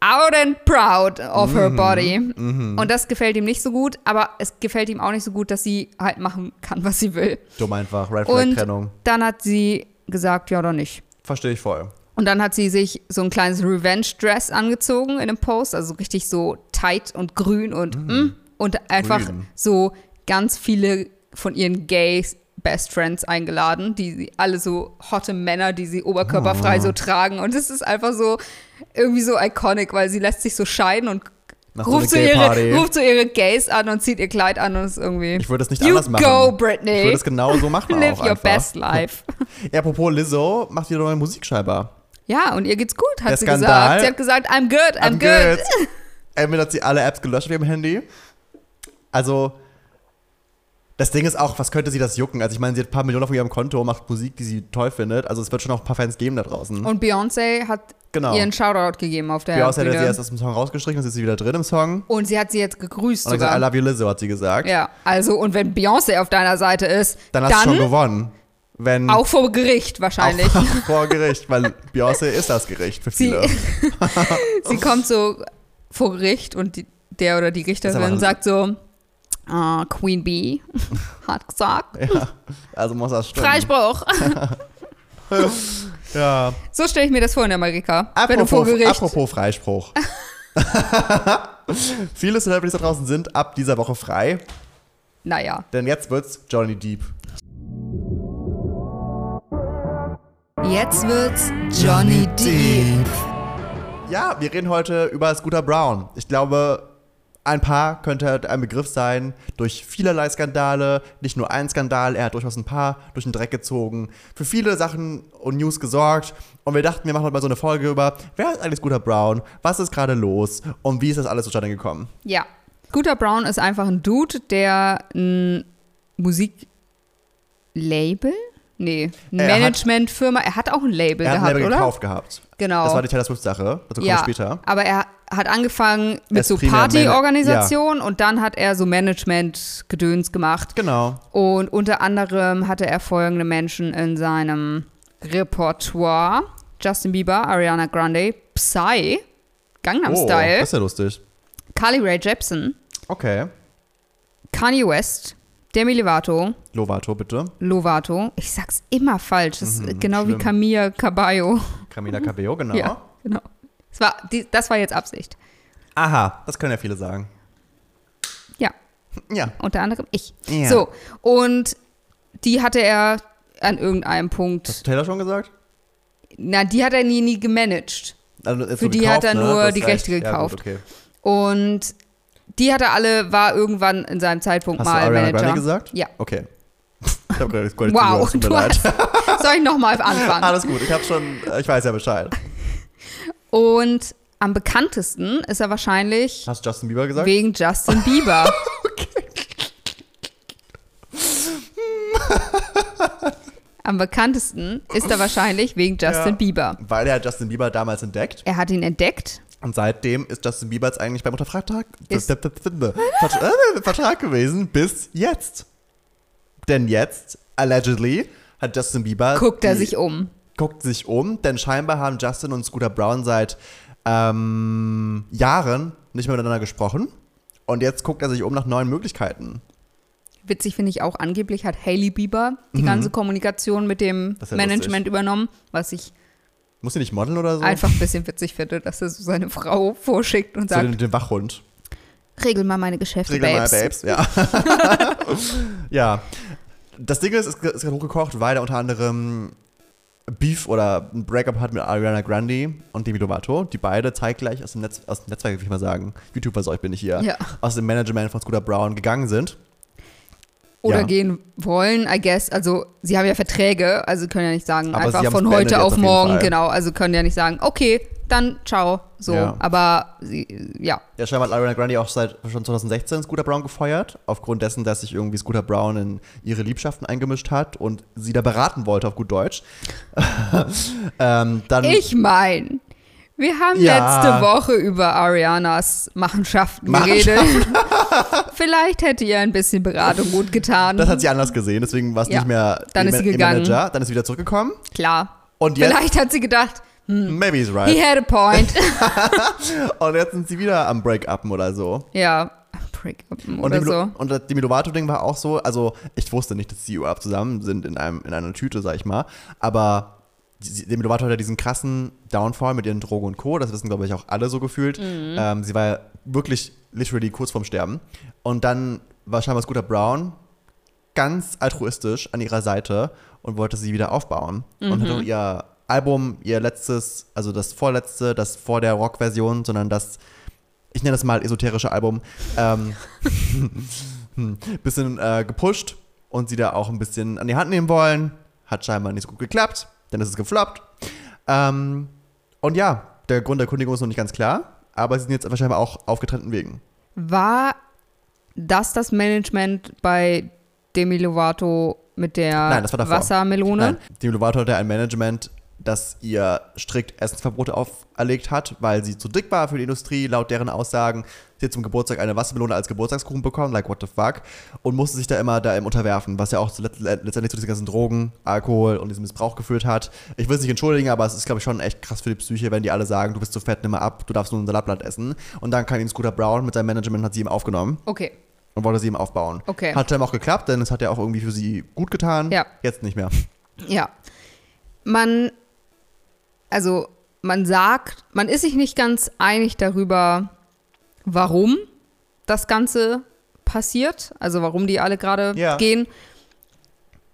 Speaker 2: out and proud of
Speaker 1: Mhm,
Speaker 2: her body. Und das gefällt ihm nicht so gut, aber es gefällt ihm auch nicht so gut, dass sie halt machen kann, was sie will.
Speaker 1: Dumm einfach. Red
Speaker 2: Und-
Speaker 1: Flag Trennung.
Speaker 2: Dann hat sie gesagt, ja oder nicht.
Speaker 1: Verstehe ich voll.
Speaker 2: Und dann hat sie sich so ein kleines Revenge-Dress angezogen in einem Post, also richtig so tight und grün und mm, und einfach
Speaker 1: Mhm. Grün.
Speaker 2: so ganz viele von ihren gay Best Friends eingeladen, die sie alle so hotte Männer, die sie
Speaker 1: Ah.
Speaker 2: oberkörperfrei so tragen und es ist einfach so irgendwie so iconic, weil sie lässt sich so scheiden und
Speaker 1: Nach
Speaker 2: ruft,
Speaker 1: so
Speaker 2: so
Speaker 1: einer
Speaker 2: ihre,
Speaker 1: Gay-Party.
Speaker 2: ruft so ihre Gays an und zieht ihr Kleid an und ist irgendwie
Speaker 1: Ich würde es nicht
Speaker 2: You
Speaker 1: anders machen.
Speaker 2: go,
Speaker 1: Ich
Speaker 2: Britney.
Speaker 1: würde es genau so machen
Speaker 2: Live
Speaker 1: auch
Speaker 2: your
Speaker 1: einfach.
Speaker 2: best life.
Speaker 1: Ja, apropos Lizzo macht wieder neue Musik scheinbar.
Speaker 2: Ja, und ihr geht's gut, hat
Speaker 1: Der
Speaker 2: sie
Speaker 1: Skandal.
Speaker 2: gesagt. Sie hat gesagt, I'm good, I'm, good.
Speaker 1: Entweder hat sie alle Apps gelöscht auf ihrem Handy. Also, das Ding ist auch, was könnte sie das jucken? Also, ich meine, sie hat ein paar Millionen auf ihrem Konto, macht Musik, die sie toll findet. Also, es wird schon auch ein paar Fans geben da draußen.
Speaker 2: Und Beyoncé hat
Speaker 1: genau.
Speaker 2: ihren Shoutout gegeben auf der
Speaker 1: Ja, außer hat sie
Speaker 2: Bühne.
Speaker 1: erst aus dem Song rausgestrichen, jetzt ist sie wieder drin im Song.
Speaker 2: Und sie hat sie jetzt gegrüßt
Speaker 1: Und dann gesagt, I
Speaker 2: sogar.
Speaker 1: love you, Lizzo, hat sie gesagt.
Speaker 2: Ja, also und wenn Beyoncé auf deiner Seite ist,
Speaker 1: Dann
Speaker 2: dann,
Speaker 1: hast du schon gewonnen. Wenn
Speaker 2: auch vor Gericht wahrscheinlich.
Speaker 1: auch vor Gericht, weil Beyoncé ist das Gericht für
Speaker 2: Sie,
Speaker 1: viele.
Speaker 2: sie kommt so vor Gericht und die, der oder die
Speaker 1: aber-
Speaker 2: Richterin sagt so, "Ah, Queen Bee hat gesagt,
Speaker 1: Ja, also muss das stimmen.
Speaker 2: Freispruch.
Speaker 1: Ja.
Speaker 2: So stelle ich mir das vor in Amerika. wenn du
Speaker 1: Apropos,
Speaker 2: vor Gericht
Speaker 1: apropos Freispruch. Viele Celebrities da draußen sind ab dieser Woche frei,
Speaker 2: Naja.
Speaker 1: denn jetzt wird's Johnny Deep.
Speaker 3: Jetzt wird's Johnny Deep.
Speaker 1: Ja, wir reden heute über Scooter Brown. Ich glaube, ein paar könnte ein Begriff sein durch vielerlei Skandale, nicht nur ein Skandal, er hat durchaus ein paar durch den Dreck gezogen, für viele Sachen und News gesorgt. Und wir dachten, wir machen heute mal so eine Folge über, wer ist eigentlich Scooter Brown, was ist gerade los und wie ist das alles zustande gekommen?
Speaker 2: Ja. Scooter Brown ist einfach ein Dude, der ein Musiklabel? Nee, ein
Speaker 1: Er hat-
Speaker 2: Managementfirma. Er hat auch ein Label
Speaker 1: Er hat ein
Speaker 2: gehabt,
Speaker 1: Label
Speaker 2: oder?
Speaker 1: gekauft gehabt.
Speaker 2: Genau.
Speaker 1: Das war die Taylor Swift-Sache, dazu komme
Speaker 2: ja,
Speaker 1: ich später.
Speaker 2: Aber er hat angefangen
Speaker 1: Er
Speaker 2: mit
Speaker 1: ist
Speaker 2: so
Speaker 1: primär Man-
Speaker 2: Partyorganisation und dann hat er so Management-Gedöns gemacht.
Speaker 1: Genau.
Speaker 2: Und unter anderem hatte er folgende Menschen in seinem Repertoire. Justin Bieber, Ariana Grande, Psy, Gangnam
Speaker 1: oh,
Speaker 2: Style,
Speaker 1: Das ist ja lustig.
Speaker 2: Carly Rae Jepsen,
Speaker 1: Okay.
Speaker 2: Kanye West, Demi Lovato,
Speaker 1: Lovato, bitte.
Speaker 2: Lovato. Ich sag's immer falsch. Das
Speaker 1: Mhm,
Speaker 2: ist genau
Speaker 1: schlimm.
Speaker 2: wie Camilla Cabello.
Speaker 1: Camila Cabello, genau.
Speaker 2: Mhm. Ja, genau. Das war, die, das war jetzt Absicht.
Speaker 1: Aha, das können ja viele sagen.
Speaker 2: Ja.
Speaker 1: Ja.
Speaker 2: Unter anderem ich.
Speaker 1: Ja.
Speaker 2: So, und die hatte er an irgendeinem
Speaker 1: Hast
Speaker 2: Punkt.
Speaker 1: du Taylor schon gesagt?
Speaker 2: Na, die hat er nie, nie gemanagt.
Speaker 1: Also, jetzt
Speaker 2: Für
Speaker 1: so
Speaker 2: die
Speaker 1: gekauft,
Speaker 2: hat er
Speaker 1: ne?
Speaker 2: nur
Speaker 1: Du hast
Speaker 2: die
Speaker 1: recht.
Speaker 2: Rechte
Speaker 1: Ja, gut,
Speaker 2: gekauft.
Speaker 1: okay.
Speaker 2: Und die hatte alle, war irgendwann in seinem Zeitpunkt
Speaker 1: Hast du
Speaker 2: mal
Speaker 1: Ariana
Speaker 2: Manager.
Speaker 1: Grande gesagt?
Speaker 2: Ja.
Speaker 1: Okay. Ich hab gerade gar nicht zugehört,
Speaker 2: Wow,
Speaker 1: tut mir
Speaker 2: du
Speaker 1: leid.
Speaker 2: hast. Soll ich nochmal anfangen?
Speaker 1: Alles gut, ich hab schon, äh, ich weiß ja Bescheid.
Speaker 2: Und am bekanntesten ist er wahrscheinlich
Speaker 1: Hast du Justin Bieber gesagt?
Speaker 2: wegen Justin Bieber. am bekanntesten ist er wahrscheinlich wegen Justin
Speaker 1: Ja.
Speaker 2: Bieber.
Speaker 1: Weil er hat Justin Bieber damals entdeckt
Speaker 2: Er hat ihn entdeckt.
Speaker 1: und seitdem ist Justin Bieber jetzt eigentlich beim Untervertrag
Speaker 2: Ist-
Speaker 1: Vert- äh, Vertrag gewesen bis jetzt. Denn jetzt, allegedly, hat Justin Bieber
Speaker 2: Guckt er
Speaker 1: die-
Speaker 2: sich um.
Speaker 1: guckt sich um, denn scheinbar haben Justin und Scooter Brown seit ähm, Jahren nicht mehr miteinander gesprochen. Und jetzt guckt er sich um nach neuen Möglichkeiten.
Speaker 2: Witzig finde ich auch, angeblich hat Hailey Bieber
Speaker 1: Mhm.
Speaker 2: die ganze Kommunikation mit dem
Speaker 1: Das ist Also ja
Speaker 2: Management übernommen, was ich
Speaker 1: Muss sie nicht modeln oder so?
Speaker 2: einfach ein bisschen witzig finde, dass er so seine Frau vorschickt und
Speaker 1: So
Speaker 2: sagt,
Speaker 1: den, den Wachhund.
Speaker 2: regel mal meine Geschäfte,
Speaker 1: Regel mal, Babes.
Speaker 2: Babes.
Speaker 1: Ja. ja. Das Ding ist, es ist gerade hochgekocht, weil er unter anderem Beef oder ein Breakup hat mit Ariana Grande und Demi Lovato, die beide zeitgleich aus dem, Netz, aus dem Netzwerk, würde ich mal sagen, YouTuber, so ich bin ich hier,
Speaker 2: Ja.
Speaker 1: aus dem Management von Scooter Brown gegangen sind.
Speaker 2: Oder
Speaker 1: Ja.
Speaker 2: gehen wollen, I guess. Also, sie haben ja Verträge, also können ja nicht sagen,
Speaker 1: Aber sie
Speaker 2: einfach
Speaker 1: haben's
Speaker 2: von
Speaker 1: beendet
Speaker 2: heute
Speaker 1: jetzt
Speaker 2: auf
Speaker 1: auf jeden
Speaker 2: morgen,
Speaker 1: Fall.
Speaker 2: genau. Also können ja nicht sagen, okay, dann ciao. So,
Speaker 1: Ja.
Speaker 2: aber sie, ja.
Speaker 1: Ja, scheinbar hat Ariana Grande auch seit schon 2016 Scooter Brown gefeuert, aufgrund dessen, dass sich irgendwie Scooter Brown in ihre Liebschaften eingemischt hat und sie da beraten wollte auf gut Deutsch. ähm, dann
Speaker 2: Ich mein, wir haben
Speaker 1: Ja.
Speaker 2: letzte Woche über Arianas Machenschaften geredet. Vielleicht hätte ihr ein bisschen Beratung gut getan.
Speaker 1: Das hat sie anders gesehen, deswegen war es
Speaker 2: Mhm. Ja.
Speaker 1: nicht mehr
Speaker 2: Dann
Speaker 1: ihr
Speaker 2: ist sie
Speaker 1: ihr
Speaker 2: gegangen.
Speaker 1: Manager. Dann ist sie wieder zurückgekommen.
Speaker 2: Klar.
Speaker 1: Und jetzt,
Speaker 2: Vielleicht hat sie gedacht,
Speaker 1: maybe he's
Speaker 2: he
Speaker 1: right.
Speaker 2: had a point.
Speaker 1: Und jetzt sind sie wieder am Break-Upen oder so.
Speaker 2: ja, Break-up
Speaker 1: Und,
Speaker 2: oder
Speaker 1: die, Milo-
Speaker 2: so.
Speaker 1: und das Demi Lovato-Ding war auch so, also ich wusste nicht, dass sie überhaupt zusammen sind in, einem, in einer Tüte, sag ich mal, aber die- Demi Lovato hat ja diesen krassen Downfall mit ihren Drogen und Co., das wissen, glaube ich, auch alle so gefühlt.
Speaker 2: Mhm.
Speaker 1: Ähm, sie war ja wirklich literally kurz vorm Sterben. Und dann war scheinbar Scooter Brown ganz altruistisch an ihrer Seite und wollte sie wieder aufbauen. Und hat
Speaker 2: Mhm.
Speaker 1: auch ihr Album, ihr letztes, also das vorletzte, das vor der Rock-Version, sondern das, ich nenne das mal esoterische Album, ähm, hm, bisschen äh, gepusht und sie da auch ein bisschen an die Hand nehmen wollen. Hat scheinbar nicht so gut geklappt, dann ist es gefloppt. Ähm, und ja, der Grund der Kündigung ist noch nicht ganz klar, aber sie sind jetzt wahrscheinlich auch auf getrennten Wegen.
Speaker 2: War das das Management bei Demi Lovato mit der
Speaker 1: Nein, das war davor.
Speaker 2: Wassermelone?
Speaker 1: Nein, Demi Lovato hatte ein Management, das ihr strikt Essensverbote auferlegt hat, weil sie zu dick war für die Industrie, laut deren Aussagen. Sie hat zum Geburtstag eine Wassermelone als Geburtstagskuchen bekommen, like what the fuck, und musste sich da immer da im unterwerfen, was ja auch zuletzt- äh, letztendlich zu diesen ganzen Drogen, Alkohol und diesem Missbrauch geführt hat. Ich will es nicht entschuldigen, aber es ist, glaube ich, schon echt krass für die Psyche, wenn die alle sagen, du bist zu fett, nimm mal ab, du darfst nur ein Salatblatt essen. Und dann kam ihm Scooter Brown mit seinem Management, hat sie ihm aufgenommen
Speaker 2: Okay,
Speaker 1: und wollte sie ihm aufbauen.
Speaker 2: Okay.
Speaker 1: Hat dann auch geklappt, denn es hat ja auch irgendwie für sie gut getan.
Speaker 2: Ja.
Speaker 1: Jetzt nicht mehr.
Speaker 2: ja. Man, also man sagt, man ist sich nicht ganz einig darüber, warum das Ganze passiert, also warum die alle gerade
Speaker 1: Ja.
Speaker 2: gehen.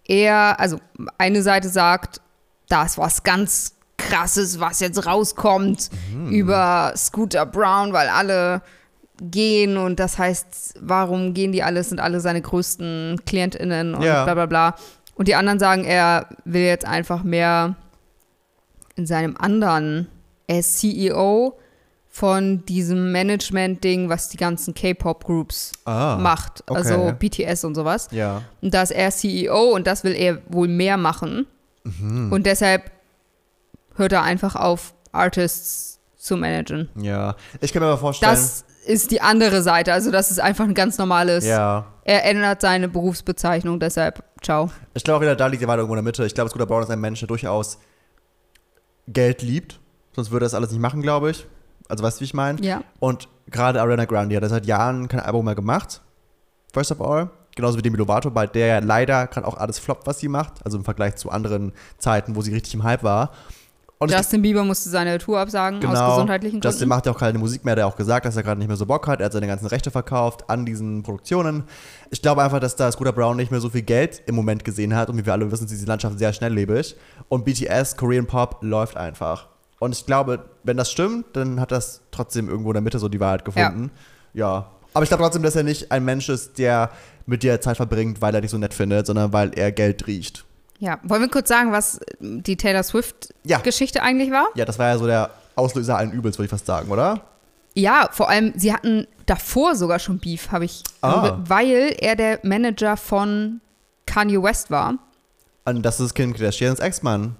Speaker 2: Er, also eine Seite sagt, da ist was ganz Krasses, was jetzt rauskommt über Scooter Brown, weil alle gehen und das heißt, warum gehen die alle, Es sind alle seine größten KlientInnen und
Speaker 1: Ja.
Speaker 2: bla bla bla. Und die anderen sagen, er will jetzt einfach mehr in seinem anderen, er ist CEO von diesem Management-Ding, was die ganzen K-Pop-Groups
Speaker 1: Ah,
Speaker 2: macht,
Speaker 1: okay.
Speaker 2: also BTS und sowas.
Speaker 1: Ja.
Speaker 2: Und da ist er CEO und das will er wohl mehr machen.
Speaker 1: Mhm.
Speaker 2: Und deshalb hört er einfach auf, Artists zu managen.
Speaker 1: Ja. Ich kann mir aber vorstellen.
Speaker 2: Das ist die andere Seite. Also das ist einfach ein ganz normales.
Speaker 1: ja.
Speaker 2: Er ändert seine Berufsbezeichnung, deshalb ciao.
Speaker 1: Ich glaube auch wieder, da liegt die Wahrheit irgendwo in der Mitte. Ich glaube, Scooter Brown ist ein Mensch, der durchaus Geld liebt, sonst würde er das alles nicht machen, glaube ich. Also weißt du, wie ich meine?
Speaker 2: Ja.
Speaker 1: Und gerade Ariana Grande hat seit Jahren kein Album mehr gemacht. First of all. Genauso wie Demi Lovato, bei der ja leider gerade auch alles floppt, was sie macht. Also im Vergleich zu anderen Zeiten, wo sie richtig im Hype war. Und es
Speaker 2: Justin Bieber musste seine Tour absagen Mhm. aus gesundheitlichen Gründen.
Speaker 1: Genau. Justin macht ja auch keine Musik mehr, der hat auch gesagt, dass er gerade nicht mehr so Bock hat. Er hat seine ganzen Rechte verkauft an diesen Produktionen. Ich glaube einfach, dass da Scooter Brown nicht mehr so viel Geld im Moment gesehen hat. Und wie wir alle wissen, ist diese Landschaft sehr schnelllebig. Und BTS, Korean Pop, läuft einfach. Und ich glaube, wenn das stimmt, dann hat das trotzdem irgendwo in der Mitte so die Wahrheit gefunden. Ja. Aber ich glaube trotzdem, dass er nicht ein Mensch ist, der mit dir Zeit verbringt, weil er dich so nett findet, sondern weil er Geld riecht.
Speaker 2: ja. Wollen wir kurz sagen, was die Taylor
Speaker 1: Ja.
Speaker 2: Swift-Geschichte eigentlich war?
Speaker 1: Ja, das war ja so der Auslöser allen Übels, würde ich fast sagen, oder?
Speaker 2: Ja, vor allem, sie hatten davor sogar schon Beef, habe ich.
Speaker 1: Ah.
Speaker 2: Weil er der Manager von Kanye West war.
Speaker 1: Und das ist Kim Kardashians Ex-Mann.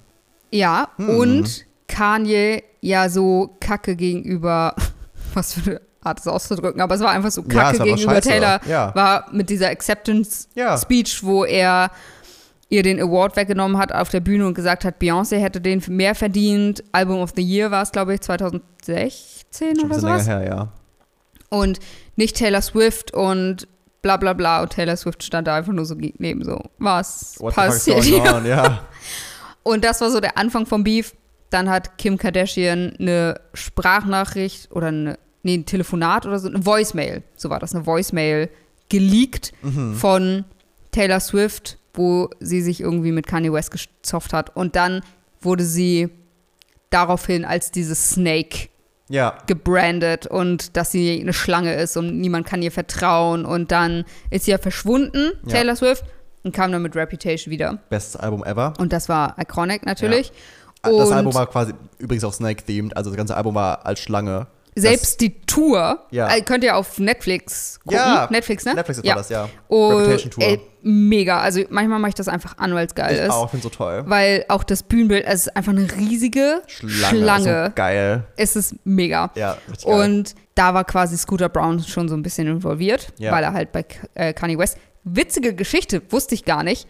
Speaker 2: Ja,
Speaker 1: Hm.
Speaker 2: und Kanye ja so kacke gegenüber, was für eine Art es auszudrücken, aber es war einfach so
Speaker 1: Ja, es
Speaker 2: kacke
Speaker 1: war einfach
Speaker 2: gegenüber
Speaker 1: scheiße.
Speaker 2: Taylor,
Speaker 1: Ja.
Speaker 2: war mit dieser Acceptance
Speaker 1: Ja.
Speaker 2: Speech, wo er ihr den Award weggenommen hat auf der Bühne und gesagt hat, Beyoncé hätte den mehr verdient. Album of the Year war es, glaube ich,
Speaker 1: Schon
Speaker 2: 2016
Speaker 1: ein
Speaker 2: oder
Speaker 1: bisschen länger
Speaker 2: sowas
Speaker 1: her, ja.
Speaker 2: und nicht Taylor Swift und bla bla bla. Und Taylor Swift stand da einfach nur so neben so. Was
Speaker 1: What
Speaker 2: passiert
Speaker 1: the fuck's going
Speaker 2: hier?
Speaker 1: on? Ja.
Speaker 2: Und das war so der Anfang vom Beef. Dann hat Kim Kardashian eine Sprachnachricht oder eine, nee, ein Telefonat oder so, eine Voicemail, so war das, eine Voicemail geleakt von Taylor Swift, wo sie sich irgendwie mit Kanye West gezofft hat. Und dann wurde sie daraufhin als dieses Snake
Speaker 1: ja.
Speaker 2: gebrandet und dass sie eine Schlange ist und niemand kann ihr vertrauen. Und dann ist sie ja verschwunden,
Speaker 1: Ja.
Speaker 2: Taylor Swift, und kam dann mit Reputation wieder.
Speaker 1: Bestes Album ever. Ah,
Speaker 2: Und das war iconic natürlich. Und
Speaker 1: das Album war quasi übrigens auch Snake-themed, also das ganze Album war als Schlange.
Speaker 2: selbst die Tour,
Speaker 1: Ja.
Speaker 2: äh, könnt ihr auf Netflix gucken.
Speaker 1: Ja,
Speaker 2: Netflix, ne?
Speaker 1: Netflix war
Speaker 2: ja.
Speaker 1: das, ja.
Speaker 2: Und,
Speaker 1: Reputation Tour.
Speaker 2: Ey, mega. Also manchmal mache ich das einfach an, weil es geil
Speaker 1: ich
Speaker 2: ist.
Speaker 1: auch, finde so toll.
Speaker 2: Weil auch das Bühnenbild, also es ist einfach eine riesige Schlange.
Speaker 1: So geil.
Speaker 2: Es ist mega.
Speaker 1: Ja, richtig geil.
Speaker 2: Und da war quasi Scooter Brown schon so ein bisschen involviert,
Speaker 1: Ja.
Speaker 2: weil er halt bei K- äh, Kanye West. Witzige Geschichte, wusste ich gar nicht.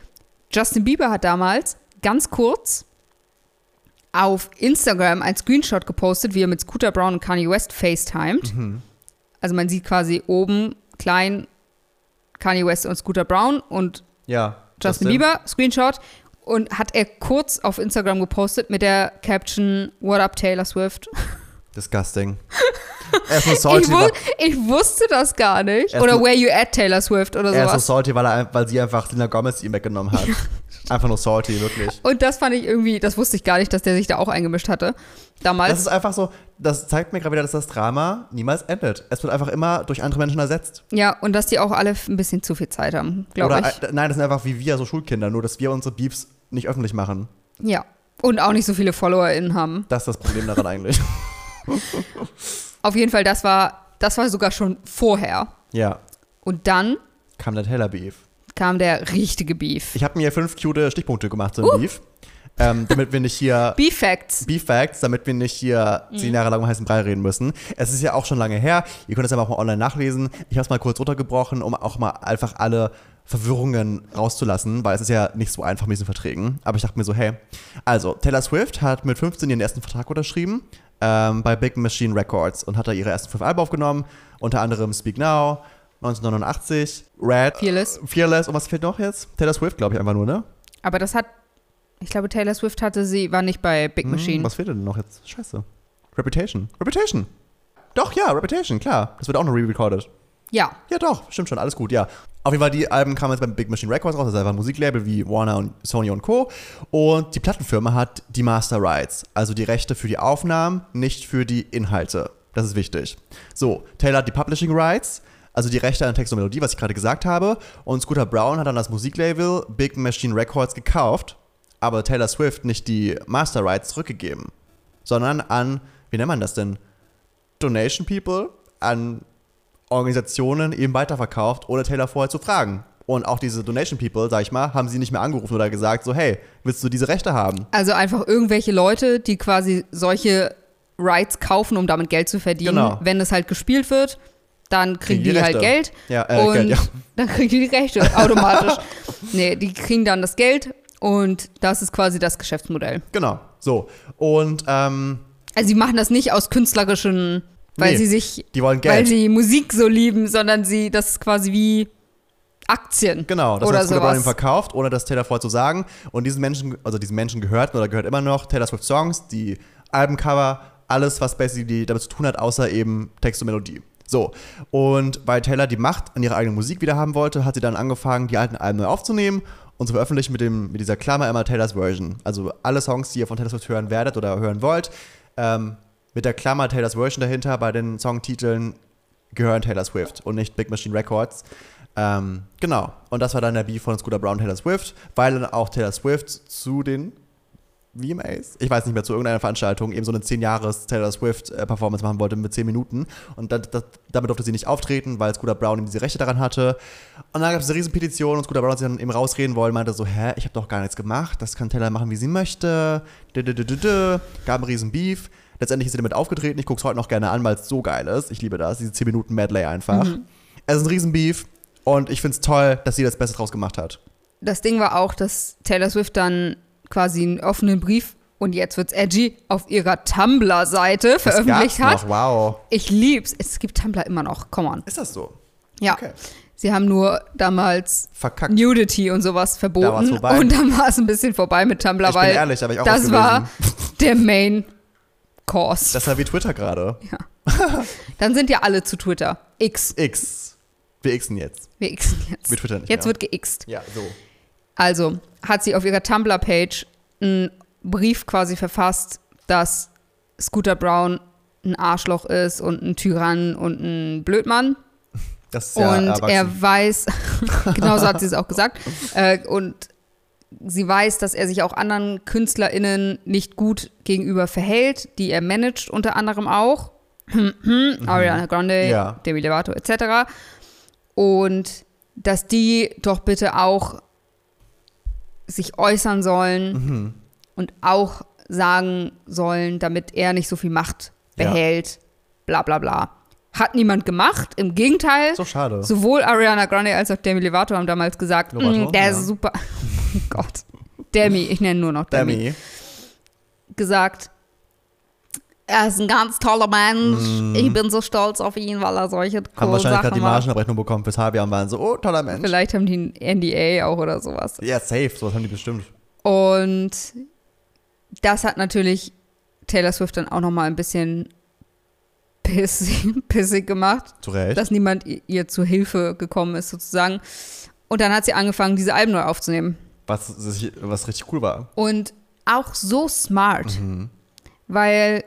Speaker 2: Justin Bieber hat damals ganz kurz auf Instagram ein Screenshot gepostet, wie er mit Scooter Brown und Kanye West facetimed.
Speaker 1: Mhm.
Speaker 2: Also man sieht quasi oben klein Kanye West und Scooter Brown und
Speaker 1: ja.
Speaker 2: Justin Bieber, Screenshot. Und hat er kurz auf Instagram gepostet mit der Caption What up Taylor Swift?
Speaker 1: Disgusting. Erstmal salty,
Speaker 2: ich,
Speaker 1: weil,
Speaker 2: wu ich wusste das gar nicht.
Speaker 1: Erst
Speaker 2: oder
Speaker 1: mal-
Speaker 2: Where You At Taylor Swift oder
Speaker 1: er ist so
Speaker 2: sowas.
Speaker 1: salty weil, er, ein- weil sie einfach Selena Gomez ihm weggenommen hat. einfach nur salty, wirklich.
Speaker 2: Und das fand ich irgendwie, das wusste ich gar nicht, dass der sich da auch eingemischt hatte.
Speaker 1: Das
Speaker 2: Damals.
Speaker 1: ist einfach so, das zeigt mir gerade wieder, dass das Drama niemals endet. Es wird einfach immer durch andere Menschen ersetzt.
Speaker 2: ja, und dass die auch alle ein bisschen zu viel Zeit haben, glaube
Speaker 1: Oder
Speaker 2: ich.
Speaker 1: äh, nein, das sind einfach wie wir, so Schulkinder, nur dass wir unsere Beefs nicht öffentlich machen.
Speaker 2: Ja. Und auch nicht so viele FollowerInnen haben.
Speaker 1: Das ist das Problem daran eigentlich.
Speaker 2: Auf jeden Fall, das war, das war sogar schon vorher.
Speaker 1: Ja,
Speaker 2: Und dann
Speaker 1: kam der Taylor Beef.
Speaker 2: kam der richtige Beef.
Speaker 1: Ich habe mir fünf cute Stichpunkte gemacht zum Beef, ähm, damit wir nicht hier
Speaker 2: Beef Facts.
Speaker 1: Beef Facts, damit wir nicht hier zehn Jahre lang um heißen Brei reden müssen. Es ist ja auch schon lange her. Ihr könnt es aber auch mal online nachlesen. Ich habe es mal kurz runtergebrochen, um auch mal einfach alle Verwirrungen rauszulassen, weil es ist ja nicht so einfach mit diesen Verträgen. Aber ich dachte mir so, hey, also Taylor Swift hat mit 15 ihren ersten Vertrag unterschrieben ähm, bei Big Machine Records und hat da ihre ersten fünf Alben aufgenommen, unter anderem Speak Now. 1989, Red,
Speaker 2: Fearless.
Speaker 1: äh, Fearless und was fehlt noch jetzt? Taylor Swift, glaube ich einfach nur, ne?
Speaker 2: Aber das hat, ich glaube, Taylor Swift hatte sie, war nicht bei Big Machine.
Speaker 1: Hm, was fehlt denn noch jetzt? Scheiße. Reputation. Reputation. Doch, ja, Reputation, klar. Das wird auch noch re-recorded.
Speaker 2: ja.
Speaker 1: Ja, doch, stimmt schon, alles gut, ja. Auf jeden Fall, die Alben kamen jetzt beim Big Machine Records raus, das ist einfach ein Musiklabel wie Warner und Sony und Co. Und die Plattenfirma hat die Master Rights, also die Rechte für die Aufnahmen, nicht für die Inhalte. Das ist wichtig. So, Taylor hat die Publishing Rights, also die Rechte an Text und Melodie, was ich gerade gesagt habe. Und Scooter Brown hat dann das Musiklabel Big Machine Records gekauft, aber Taylor Swift nicht die Master Rights zurückgegeben, sondern an, wie nennt man das denn? Donation People? An Organisationen eben weiterverkauft, ohne Taylor vorher zu fragen. Und auch diese Donation People, sag ich mal, haben sie nicht mehr angerufen oder gesagt, so, hey, willst du diese Rechte haben?
Speaker 2: Also einfach irgendwelche Leute, die quasi solche Rights kaufen, um damit Geld zu verdienen.
Speaker 1: Genau.
Speaker 2: Wenn es halt gespielt wird, dann
Speaker 1: Kriegen
Speaker 2: kriegen die,
Speaker 1: die
Speaker 2: halt
Speaker 1: Rechte.
Speaker 2: Geld.
Speaker 1: Ja, äh,
Speaker 2: und
Speaker 1: Geld, ja.
Speaker 2: dann kriegen die die Rechte automatisch. nee, die kriegen dann das Geld Und das ist quasi das Geschäftsmodell.
Speaker 1: Genau, so. Und ähm,
Speaker 2: Also sie machen das nicht aus künstlerischen, weil
Speaker 1: Nee,
Speaker 2: sie sich,
Speaker 1: die wollen
Speaker 2: weil
Speaker 1: Geld.
Speaker 2: sie Musik so lieben, sondern sie, das ist quasi wie Aktien.
Speaker 1: Genau, das
Speaker 2: oder
Speaker 1: hat Scooter Brown ihm
Speaker 2: sowas.
Speaker 1: verkauft, ohne das Taylor Swift zu sagen. Und diesen Menschen, also diesen Menschen gehörten oder gehört immer noch Taylor Swift Songs, die Albencover, alles, was basically damit zu tun hat, außer eben Text und Melodie. So, und weil Taylor die Macht an ihrer eigenen Musik wieder haben wollte, hat sie dann angefangen, die alten Alben neu aufzunehmen und zu veröffentlichen mit, dem, mit dieser Klammer immer Taylors Version. Also alle Songs, die ihr von Taylor Swift hören werdet oder hören wollt, ähm, mit der Klammer Taylors Version dahinter bei den Songtiteln gehören Taylor Swift und nicht Big Machine Records. Ähm, genau. Und das war dann der Beef von Scooter Brown und Taylor Swift, weil dann auch Taylor Swift zu den VMAs, ich weiß nicht mehr, zu irgendeiner Veranstaltung eben so eine 10 Jahres Taylor Swift äh, Performance machen wollte mit 10 Minuten. Und dann, das, damit durfte sie nicht auftreten, weil Scooter Brown eben diese Rechte daran hatte. Und dann gab es eine riesen Petition und Scooter Brown hat sich dann eben rausreden wollen, meinte so, hä, ich habe doch gar nichts gemacht, das kann Taylor machen, wie sie möchte. Dö, dö, dö, dö, dö. Gab einen riesen Beef. Letztendlich ist sie damit aufgetreten. Ich gucke es heute noch gerne an, weil es so geil ist. Ich liebe das, diese 10 Minuten Medley einfach. Es ist ein riesen Beef und ich finde es toll, dass sie das Beste draus gemacht hat.
Speaker 2: das Ding war auch, dass Taylor Swift dann quasi einen offenen Brief und jetzt wird's edgy auf ihrer Tumblr-Seite
Speaker 1: Das
Speaker 2: veröffentlicht
Speaker 1: gab's
Speaker 2: hat.
Speaker 1: Noch. Wow.
Speaker 2: Ich lieb's. Es gibt Tumblr immer noch. Come on.
Speaker 1: Ist das so?
Speaker 2: Ja.
Speaker 1: Okay.
Speaker 2: Sie haben nur damals
Speaker 1: Verkackt.
Speaker 2: Nudity und sowas verboten.
Speaker 1: vorbei.
Speaker 2: und dann war es ein bisschen vorbei mit Tumblr,
Speaker 1: ich bin
Speaker 2: weil
Speaker 1: ehrlich, aber ich auch
Speaker 2: das
Speaker 1: was
Speaker 2: war
Speaker 1: gewesen.
Speaker 2: der Main Cause.
Speaker 1: Das war wie Twitter gerade.
Speaker 2: ja. dann sind ja alle zu Twitter. X.
Speaker 1: X. Wir Xen jetzt.
Speaker 2: Wir xen jetzt.
Speaker 1: Wir twittern nicht
Speaker 2: jetzt
Speaker 1: mehr.
Speaker 2: wird geixt.
Speaker 1: Ja, so.
Speaker 2: Also hat sie auf ihrer Tumblr-Page einen Brief quasi verfasst, dass Scooter Brown ein Arschloch ist und ein Tyrann und ein Blödmann.
Speaker 1: Das ist ja
Speaker 2: und
Speaker 1: erwachsen.
Speaker 2: er weiß, genau so hat sie es auch gesagt, äh, und sie weiß, dass er sich auch anderen KünstlerInnen nicht gut gegenüber verhält, die er managt unter anderem auch. Ariana Grande,
Speaker 1: Mhm. Ja.
Speaker 2: Demi Lovato etc. Und dass die doch bitte auch sich äußern sollen
Speaker 1: Mhm.
Speaker 2: und auch sagen sollen, damit er nicht so viel Macht
Speaker 1: Ja.
Speaker 2: behält, bla bla bla. Hat niemand gemacht, im Gegenteil.
Speaker 1: so schade.
Speaker 2: Sowohl Ariana Grande als auch Demi Lovato haben damals gesagt,
Speaker 1: Lovato,
Speaker 2: "Mm, der
Speaker 1: ja.
Speaker 2: ist super. Oh Gott. Demi, ich nenne nur noch Demi.
Speaker 1: Demi.
Speaker 2: Gesagt, er ist ein ganz toller Mensch. Ich bin so stolz auf ihn, weil er solche
Speaker 1: Mm. Haben
Speaker 2: coole
Speaker 1: wahrscheinlich gerade die
Speaker 2: Sachen macht.
Speaker 1: Margenabrechnung bekommen fürs Halbjahr und waren so, oh, toller Mensch.
Speaker 2: Vielleicht haben die ein NDA auch oder sowas.
Speaker 1: Ja, safe, sowas haben die bestimmt.
Speaker 2: Und das hat natürlich Taylor Swift dann auch nochmal ein bisschen pissig, pissig gemacht.
Speaker 1: Zu Recht.
Speaker 2: dass niemand i- ihr zu Hilfe gekommen ist, sozusagen. Und dann hat sie angefangen, diese Alben neu aufzunehmen.
Speaker 1: Was, sich- was richtig cool war.
Speaker 2: Und auch so smart, weil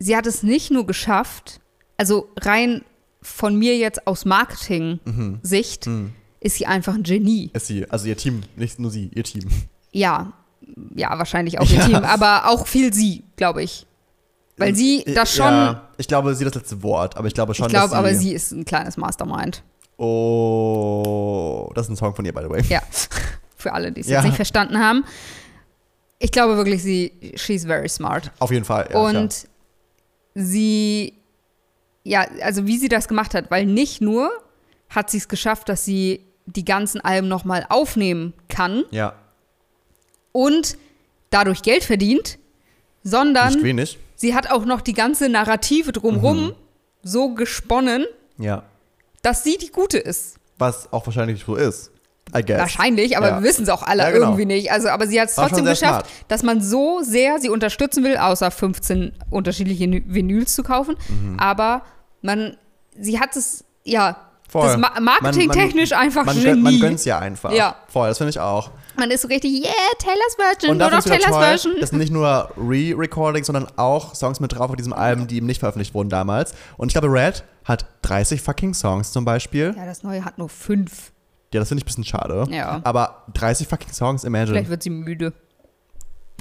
Speaker 2: sie hat es nicht nur geschafft, also rein von mir jetzt aus Marketing-Sicht, ist sie einfach ein Genie.
Speaker 1: Ist sie, also ihr Team, nicht nur sie, ihr Team.
Speaker 2: Ja, ja, wahrscheinlich auch ihr
Speaker 1: Ja.
Speaker 2: Team, aber auch viel sie, glaube ich. Weil sie das schon,
Speaker 1: Äh, Ja, ich glaube, sie hat das letzte Wort, aber ich glaube schon,
Speaker 2: ich glaube,
Speaker 1: dass
Speaker 2: aber sie ist ein kleines Mastermind.
Speaker 1: Oh, das ist ein Song von ihr, by the way.
Speaker 2: Ja, für alle, die es
Speaker 1: Ja.
Speaker 2: jetzt nicht verstanden haben. Ich glaube wirklich, sie, she's very smart.
Speaker 1: Auf jeden Fall. Ja,
Speaker 2: und sie, ja, also wie sie das gemacht hat, weil nicht nur hat sie es geschafft, dass sie die ganzen Alben nochmal aufnehmen kann
Speaker 1: Klar.
Speaker 2: und dadurch Geld
Speaker 1: Ja,
Speaker 2: verdient,
Speaker 1: nicht Mhm.
Speaker 2: sondern
Speaker 1: wenig.
Speaker 2: sie hat auch noch die ganze Narrative drumherum so gesponnen,
Speaker 1: Ja.
Speaker 2: dass sie die Gute ist.
Speaker 1: Was auch wahrscheinlich so ist. I guess.
Speaker 2: Wahrscheinlich, aber
Speaker 1: Ja.
Speaker 2: wir wissen es auch alle
Speaker 1: Ja, genau.
Speaker 2: irgendwie nicht. Also, aber sie hat es
Speaker 1: War
Speaker 2: trotzdem
Speaker 1: schon sehr
Speaker 2: geschafft, dass man so sehr sie unterstützen will, außer 15 unterschiedliche Ny- Vinyls zu kaufen.
Speaker 1: Mhm.
Speaker 2: Aber man, sie hat es, ja,
Speaker 1: Voll.
Speaker 2: das Ma marketingtechnisch einfach
Speaker 1: man,
Speaker 2: Genie.
Speaker 1: gön-
Speaker 2: Man,
Speaker 1: Man gönnt ja einfach.
Speaker 2: Ja.
Speaker 1: Voll, das finde ich auch.
Speaker 2: ist so richtig, yeah, Taylor's Version,
Speaker 1: Und
Speaker 2: nur
Speaker 1: dafür
Speaker 2: noch
Speaker 1: ist wieder
Speaker 2: Taylor's
Speaker 1: toll,
Speaker 2: Version.
Speaker 1: dass nicht nur Re-Recordings, sondern auch Songs mit drauf auf diesem Album, die eben nicht veröffentlicht wurden damals. Und ich glaube, Red hat 30 fucking Songs zum Beispiel. Ja,
Speaker 2: Ja, das neue hat nur fünf.
Speaker 1: das finde ich ein bisschen schade.
Speaker 2: Ja.
Speaker 1: Aber 30 fucking Songs,
Speaker 2: Vielleicht
Speaker 1: imagine.
Speaker 2: wird sie müde.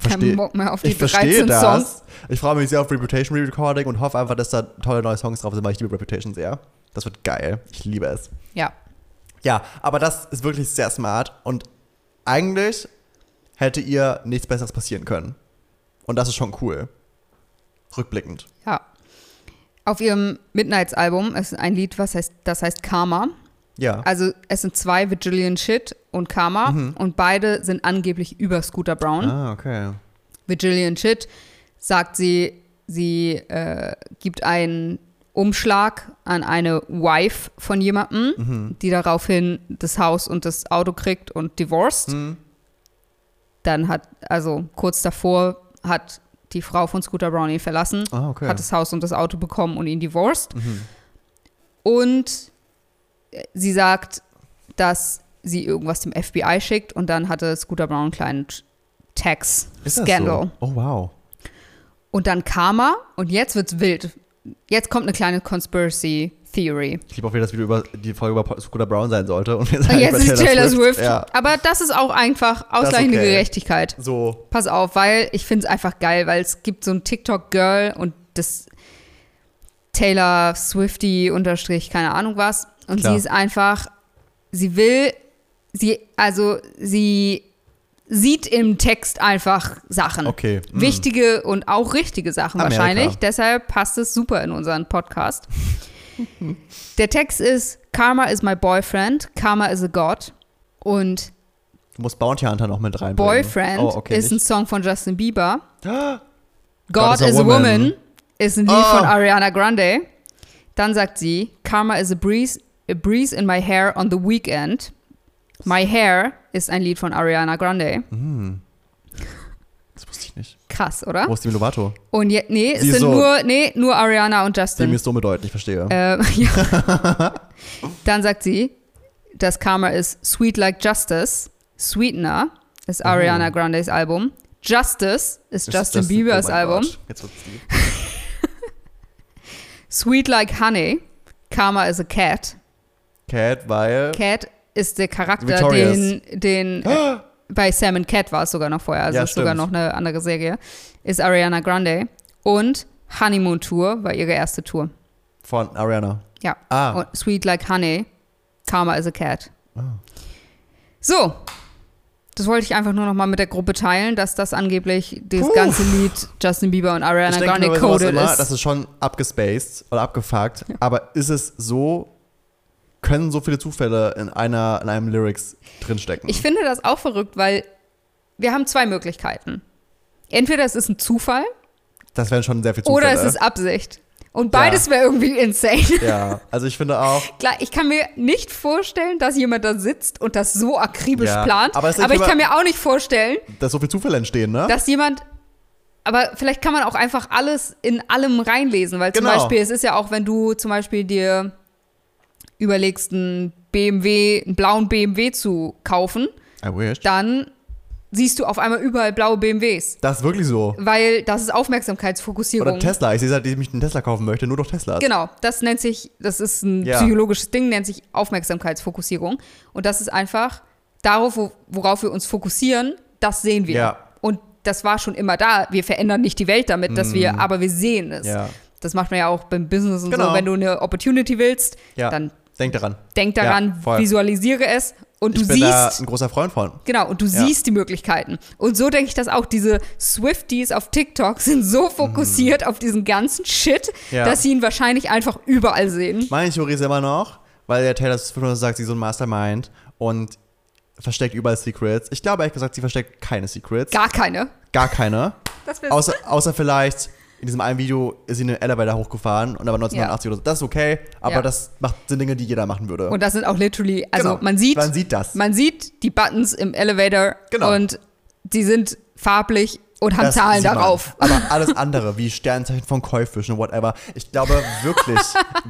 Speaker 1: Versteh-
Speaker 2: Kein Bock mehr auf die
Speaker 1: Mhm. Ich verstehe
Speaker 2: 13
Speaker 1: das.
Speaker 2: Songs.
Speaker 1: Ich freue mich sehr auf Reputation Re-Recording und hoffe einfach, dass da tolle neue Songs drauf sind, weil ich liebe Reputation sehr. Das wird geil. Ich liebe es.
Speaker 2: Ja.
Speaker 1: Ja, aber das ist wirklich sehr smart und eigentlich hätte ihr nichts Besseres passieren können. Und das ist schon cool. Rückblickend.
Speaker 2: Ja. Auf ihrem Midnights-Album ist ein Lied, was heißt, das heißt Karma.
Speaker 1: Ja.
Speaker 2: Also es sind zwei, Vigilian Shit und Karma. Und beide sind angeblich über Scooter Brown.
Speaker 1: ah, okay.
Speaker 2: Virgilian Shit sagt sie, sie äh, gibt einen Umschlag an eine Wife von jemandem,
Speaker 1: Mhm.
Speaker 2: die daraufhin das Haus und das Auto kriegt und divorced.
Speaker 1: Mhm.
Speaker 2: Dann hat, also kurz davor, hat die Frau von Scooter Brown ihn verlassen,
Speaker 1: Ah, okay. Mhm.
Speaker 2: hat das Haus und das Auto bekommen und ihn divorced. Und sie sagt, dass sie irgendwas dem FBI schickt und dann hatte Scooter Brown einen kleinen Tax
Speaker 1: Ist das
Speaker 2: Scandal.
Speaker 1: So? Oh, wow.
Speaker 2: Und dann Karma und jetzt wird's wild. Jetzt kommt eine kleine Conspiracy Theory.
Speaker 1: Ich liebe auch wieder, dass wieder über die Folge über Scooter Brown sein sollte. Und wir
Speaker 2: Und
Speaker 1: sagen
Speaker 2: Ah, jetzt
Speaker 1: über
Speaker 2: ist Taylor Swift.
Speaker 1: Ja,
Speaker 2: Aber das ist auch einfach ausgleichende
Speaker 1: okay.
Speaker 2: Gerechtigkeit.
Speaker 1: so.
Speaker 2: Pass auf, weil ich find's einfach geil, weil es gibt so ein TikTok-Girl und das Taylor Swifty unterstrich, keine Ahnung was. Und
Speaker 1: Klar.
Speaker 2: sie ist einfach, sie will, sie, also sie sieht im Text einfach Sachen.
Speaker 1: Okay. mm.
Speaker 2: Wichtige und auch richtige Sachen
Speaker 1: Amerika.
Speaker 2: wahrscheinlich. Deshalb passt es super in unseren Podcast. Der Text ist: Karma is my boyfriend, Karma is a god. Und
Speaker 1: Du musst Bounty Hunter noch mit reinbringen.
Speaker 2: Boyfriend
Speaker 1: oh, okay,
Speaker 2: ist ein
Speaker 1: nicht.
Speaker 2: Song von Justin Bieber.
Speaker 1: God
Speaker 2: God, is a woman. ist ein Lied
Speaker 1: Oh.
Speaker 2: von Ariana Grande. Dann sagt sie: Karma is a breeze, a breeze in my hair on the weekend. My hair ist ein Lied von Ariana Grande.
Speaker 1: Mm. Das wusste ich nicht.
Speaker 2: Krass, oder?
Speaker 1: Wo ist die Lovato?
Speaker 2: Und je, nee, es
Speaker 1: Sie ist
Speaker 2: sind
Speaker 1: so-
Speaker 2: nur, nee, nur Ariana und
Speaker 1: Die
Speaker 2: Justin.
Speaker 1: mir ist so bedeutend, ich verstehe.
Speaker 2: Ähm, ja. Dann sagt sie, das Karma ist Sweet Like Justice. Sweetener ist Ariana Grandes Album. Justice ist,
Speaker 1: Ist
Speaker 2: Justin
Speaker 1: das-
Speaker 2: Biebers
Speaker 1: oh mein
Speaker 2: Album.
Speaker 1: Gott, Jetzt wird's deep.
Speaker 2: Sweet Like Honey. Karma is a Cat.
Speaker 1: Cat, weil.
Speaker 2: Cat ist der Charakter,
Speaker 1: Victorious. Ah!
Speaker 2: den, den äh, bei Sam and Cat war es sogar noch vorher, also
Speaker 1: Ja,
Speaker 2: ist sogar noch
Speaker 1: stimmt.
Speaker 2: eine andere Serie, ist Ariana Grande. Und Honeymoon Tour war ihre erste Tour.
Speaker 1: Von Ariana.
Speaker 2: Ja.
Speaker 1: Ah.
Speaker 2: Und Sweet Like Honey, Karma is a Cat. So. Das wollte ich einfach nur noch mal mit der Gruppe teilen, dass das angeblich das
Speaker 1: Puh.
Speaker 2: ganze Lied Justin Bieber und Ariana
Speaker 1: ich denke
Speaker 2: Grande
Speaker 1: mir bei sowas
Speaker 2: coded
Speaker 1: immer,
Speaker 2: ist.
Speaker 1: das ist schon abgespaced oder abgefuckt, aber ist es so, können so viele Zufälle in, einer, in einem Lyrics drinstecken?
Speaker 2: ich finde das auch verrückt, weil wir haben zwei Möglichkeiten. Entweder es ist ein Zufall
Speaker 1: das wären schon sehr viele Zufälle.
Speaker 2: oder es ist Absicht. Und beides wäre irgendwie insane.
Speaker 1: Ja, also ich finde auch,
Speaker 2: Klar, ich kann mir nicht vorstellen, dass jemand da sitzt und das so akribisch
Speaker 1: Ja,
Speaker 2: plant.
Speaker 1: aber es ist
Speaker 2: aber ich
Speaker 1: immer-
Speaker 2: kann mir auch nicht vorstellen,
Speaker 1: dass so viele Zufälle entstehen, ne?
Speaker 2: dass jemand. Aber vielleicht kann man auch einfach alles in allem reinlesen, weil
Speaker 1: Genau.
Speaker 2: zum Beispiel, es ist ja auch, wenn du zum Beispiel dir überlegst, einen BMW, einen blauen BMW zu kaufen,
Speaker 1: I wish.
Speaker 2: dann siehst du auf einmal überall blaue BMWs.
Speaker 1: Das ist wirklich so.
Speaker 2: Weil das ist
Speaker 1: Oder
Speaker 2: Aufmerksamkeitsfokussierung.
Speaker 1: Tesla. Ich sehe seit ich mich einen Tesla kaufen möchte, nur durch Teslas.
Speaker 2: Genau, das nennt sich, das ist ein
Speaker 1: Ja.
Speaker 2: psychologisches Ding, nennt sich Aufmerksamkeitsfokussierung. Und das ist einfach darauf, wo, worauf wir uns fokussieren, das sehen wir.
Speaker 1: Ja.
Speaker 2: Und das war schon immer da. Wir verändern nicht die Welt damit, dass wir, aber wir sehen es.
Speaker 1: Mhm. Ja.
Speaker 2: Das macht man ja auch beim Business und
Speaker 1: Genau.
Speaker 2: so. Wenn du eine Opportunity willst,
Speaker 1: Ja.
Speaker 2: dann
Speaker 1: Denk daran.
Speaker 2: denk daran,
Speaker 1: Ja, voll.
Speaker 2: visualisiere es und du
Speaker 1: ich bin da
Speaker 2: siehst.
Speaker 1: ein großer Freund von.
Speaker 2: Genau, und du
Speaker 1: Ja.
Speaker 2: siehst die Möglichkeiten. Und so denke ich das auch. Diese Swifties auf TikTok sind so fokussiert auf diesen ganzen Shit,
Speaker 1: Mm. Ja.
Speaker 2: dass sie ihn wahrscheinlich einfach überall sehen.
Speaker 1: Meine Theorie ist immer noch, weil der Taylor Swift sagt, sie ist so ein Mastermind und versteckt überall Secrets. Ich glaube ehrlich gesagt, sie versteckt keine Secrets.
Speaker 2: Gar keine.
Speaker 1: Gar keine.
Speaker 2: Das wär's.
Speaker 1: Außer, außer vielleicht in diesem einen Video ist sie in den Elevator hochgefahren und aber 1980 oder so. Das ist okay, aber
Speaker 2: Ja.
Speaker 1: das macht, sind Dinge, die jeder machen würde.
Speaker 2: und das sind auch literally, also
Speaker 1: Genau.
Speaker 2: man sieht,
Speaker 1: Man sieht das.
Speaker 2: man sieht die Buttons im Elevator
Speaker 1: Genau.
Speaker 2: und die sind farblich und haben
Speaker 1: Das
Speaker 2: Zahlen
Speaker 1: sieht man.
Speaker 2: darauf.
Speaker 1: Aber alles andere, wie Sternzeichen von Käufischen und whatever, ich glaube wirklich,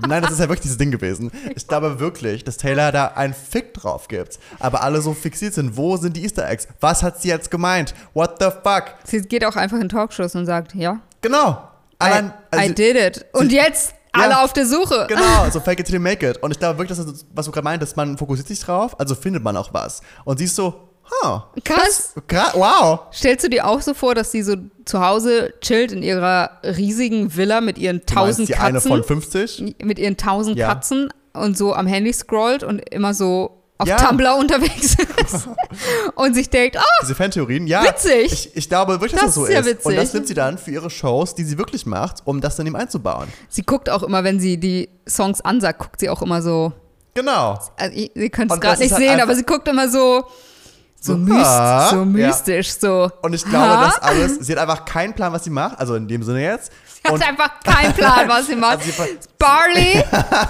Speaker 1: nein, das ist ja wirklich dieses Ding gewesen. Ich glaube wirklich, dass Taylor da einen Fick drauf gibt. Aber alle so fixiert sind, wo sind die Easter Eggs? Was hat sie jetzt gemeint? What the fuck?
Speaker 2: Sie geht auch einfach in Talkshows und sagt, ja,
Speaker 1: Genau.
Speaker 2: I,
Speaker 1: Allein, also-
Speaker 2: I did it. Und jetzt alle
Speaker 1: Ja.
Speaker 2: auf der Suche.
Speaker 1: Genau, so fake it till you make it. Und ich glaube wirklich, dass das, was du gerade meintest, man fokussiert sich drauf, also findet man auch was. Und siehst so, ha,
Speaker 2: Krass.
Speaker 1: gra- wow.
Speaker 2: Stellst du dir auch so vor, dass sie so zu Hause chillt in ihrer riesigen Villa mit ihren
Speaker 1: Du meinst
Speaker 2: tausend
Speaker 1: die eine
Speaker 2: Katzen?
Speaker 1: von 50?
Speaker 2: mit ihren tausend
Speaker 1: Ja.
Speaker 2: Katzen und so am Handy scrollt und immer so auf
Speaker 1: Ja.
Speaker 2: Tumblr unterwegs ist und sich denkt, oh,
Speaker 1: Diese Fantheorien, ja.
Speaker 2: Witzig.
Speaker 1: Ich, ich glaube wirklich, dass das,
Speaker 2: Das
Speaker 1: so
Speaker 2: ist ja
Speaker 1: ist.
Speaker 2: witzig.
Speaker 1: Und das nimmt sie dann für ihre Shows, die sie wirklich macht, um das dann eben einzubauen.
Speaker 2: sie guckt auch immer, wenn sie die Songs ansagt, guckt sie auch immer so,
Speaker 1: Genau.
Speaker 2: Also, ich- ihr könnt es
Speaker 1: Und
Speaker 2: gerade
Speaker 1: das ist
Speaker 2: nicht
Speaker 1: halt
Speaker 2: sehen,
Speaker 1: einfach-
Speaker 2: aber sie guckt immer so, so,
Speaker 1: So,
Speaker 2: myst,
Speaker 1: ah,
Speaker 2: so
Speaker 1: ja.
Speaker 2: mystisch, so.
Speaker 1: Und ich glaube,
Speaker 2: ha?
Speaker 1: das alles, sie hat einfach keinen Plan, was sie macht, also in dem Sinne jetzt.
Speaker 2: Sie hat
Speaker 1: und
Speaker 2: einfach keinen Plan, was sie macht.
Speaker 1: Also sie ver-
Speaker 2: Barley,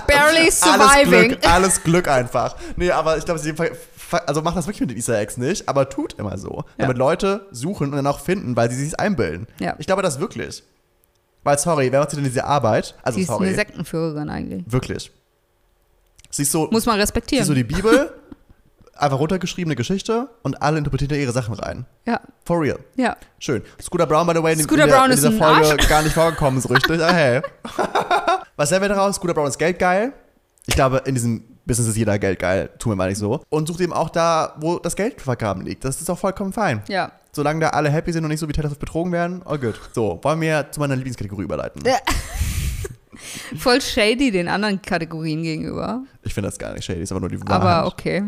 Speaker 2: barely
Speaker 1: alles
Speaker 2: surviving.
Speaker 1: Glück, alles Glück einfach. Nee, aber ich glaube, sie ver- ver- also macht das wirklich mit den Easter Eggs nicht, aber tut immer so.
Speaker 2: Ja.
Speaker 1: Damit Leute suchen und dann auch finden, weil sie sich einbilden.
Speaker 2: Ja.
Speaker 1: Ich glaube das wirklich. Weil, sorry, wer macht sich denn diese Arbeit? Also,
Speaker 2: Sie ist
Speaker 1: sorry.
Speaker 2: eine Sektenführerin eigentlich.
Speaker 1: wirklich. Sie ist so,
Speaker 2: Muss man
Speaker 1: sie ist so
Speaker 2: respektieren.
Speaker 1: die Bibel, einfach runtergeschriebene Geschichte und alle interpretieren da ihre Sachen rein.
Speaker 2: Ja,
Speaker 1: For real.
Speaker 2: ja.
Speaker 1: Schön. Scooter Brown, by the way, in,
Speaker 2: Scooter
Speaker 1: in, der,
Speaker 2: Braun
Speaker 1: in
Speaker 2: ist
Speaker 1: dieser
Speaker 2: ein
Speaker 1: Folge gar nicht vorgekommen so richtig. Ah, hey. Was lernen wir daraus? Scooter Brown ist geldgeil. Ich glaube, in diesem Business ist jeder geldgeil. Tun wir mal nicht so. Und sucht eben auch da, wo das Geld vergraben liegt. Das ist auch vollkommen fein.
Speaker 2: Ja.
Speaker 1: Solange da alle happy sind und nicht so wie Taylor Swift betrogen werden, all good. So, wollen wir zu meiner Lieblingskategorie überleiten?
Speaker 2: Ja. Voll shady den anderen Kategorien gegenüber.
Speaker 1: Ich finde das gar nicht shady, ist aber nur die Wahrheit.
Speaker 2: Aber okay.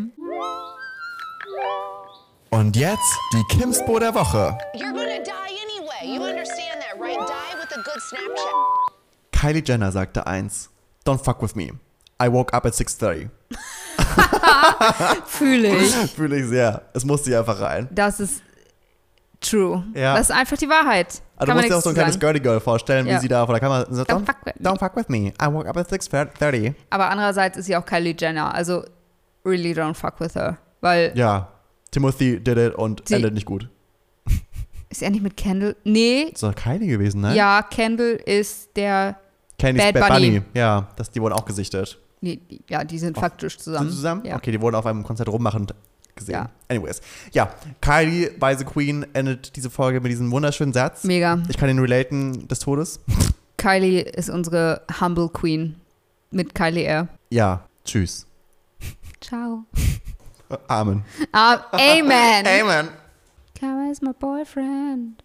Speaker 1: Und jetzt die Kimspo der Woche.
Speaker 4: You're gonna die anyway. You understand that, right? Die with a good Snapchat.
Speaker 1: Kylie Jenner sagte eins. Don't fuck with me. I woke up at 6.30.
Speaker 2: Fühle ich.
Speaker 1: Fühle ich sehr. Es musste hier einfach rein.
Speaker 2: Das ist true.
Speaker 1: Ja.
Speaker 2: Das ist einfach die Wahrheit.
Speaker 1: Also du musst dir auch so ein kleines
Speaker 2: sagen.
Speaker 1: Girly Girl vorstellen,
Speaker 2: Ja.
Speaker 1: wie sie da vor der Kamera sagt,
Speaker 2: Don't fuck with me.
Speaker 1: don't fuck with me. I woke up at 6.30.
Speaker 2: Aber andererseits ist sie auch Kylie Jenner. Also, really don't fuck with her. Weil,
Speaker 1: Ja, Timothy did it und
Speaker 2: Die-
Speaker 1: endet nicht gut.
Speaker 2: ist er nicht mit Kendall? Nee.
Speaker 1: Das war Kylie gewesen, ne?
Speaker 2: Ja, Kendall ist der.
Speaker 1: Candy's
Speaker 2: Bad
Speaker 1: Bad,
Speaker 2: Bunny.
Speaker 1: Bunny. Ja, das, die wurden auch gesichtet.
Speaker 2: Nee, die- ja, die sind
Speaker 1: Ach,
Speaker 2: faktisch zusammen.
Speaker 1: Oh. Sind sie zusammen?
Speaker 2: Ja.
Speaker 1: Okay, die wurden auf einem Konzert rummachend gesehen.
Speaker 2: Ja.
Speaker 1: Anyways. Ja, Kylie, Weise Queen, endet diese Folge mit diesem wunderschönen Satz.
Speaker 2: Mega.
Speaker 1: Ich kann ihn relaten des Todes.
Speaker 2: Kylie ist unsere Humble Queen. Mit Kylie Air.
Speaker 1: Ja, tschüss.
Speaker 2: Ciao.
Speaker 1: Amen.
Speaker 2: Ah, amen.
Speaker 1: Amen.
Speaker 2: Karma is my boyfriend.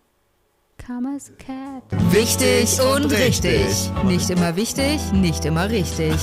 Speaker 2: Karma is a cat.
Speaker 3: Wichtig und richtig. Nicht immer wichtig, nicht immer richtig.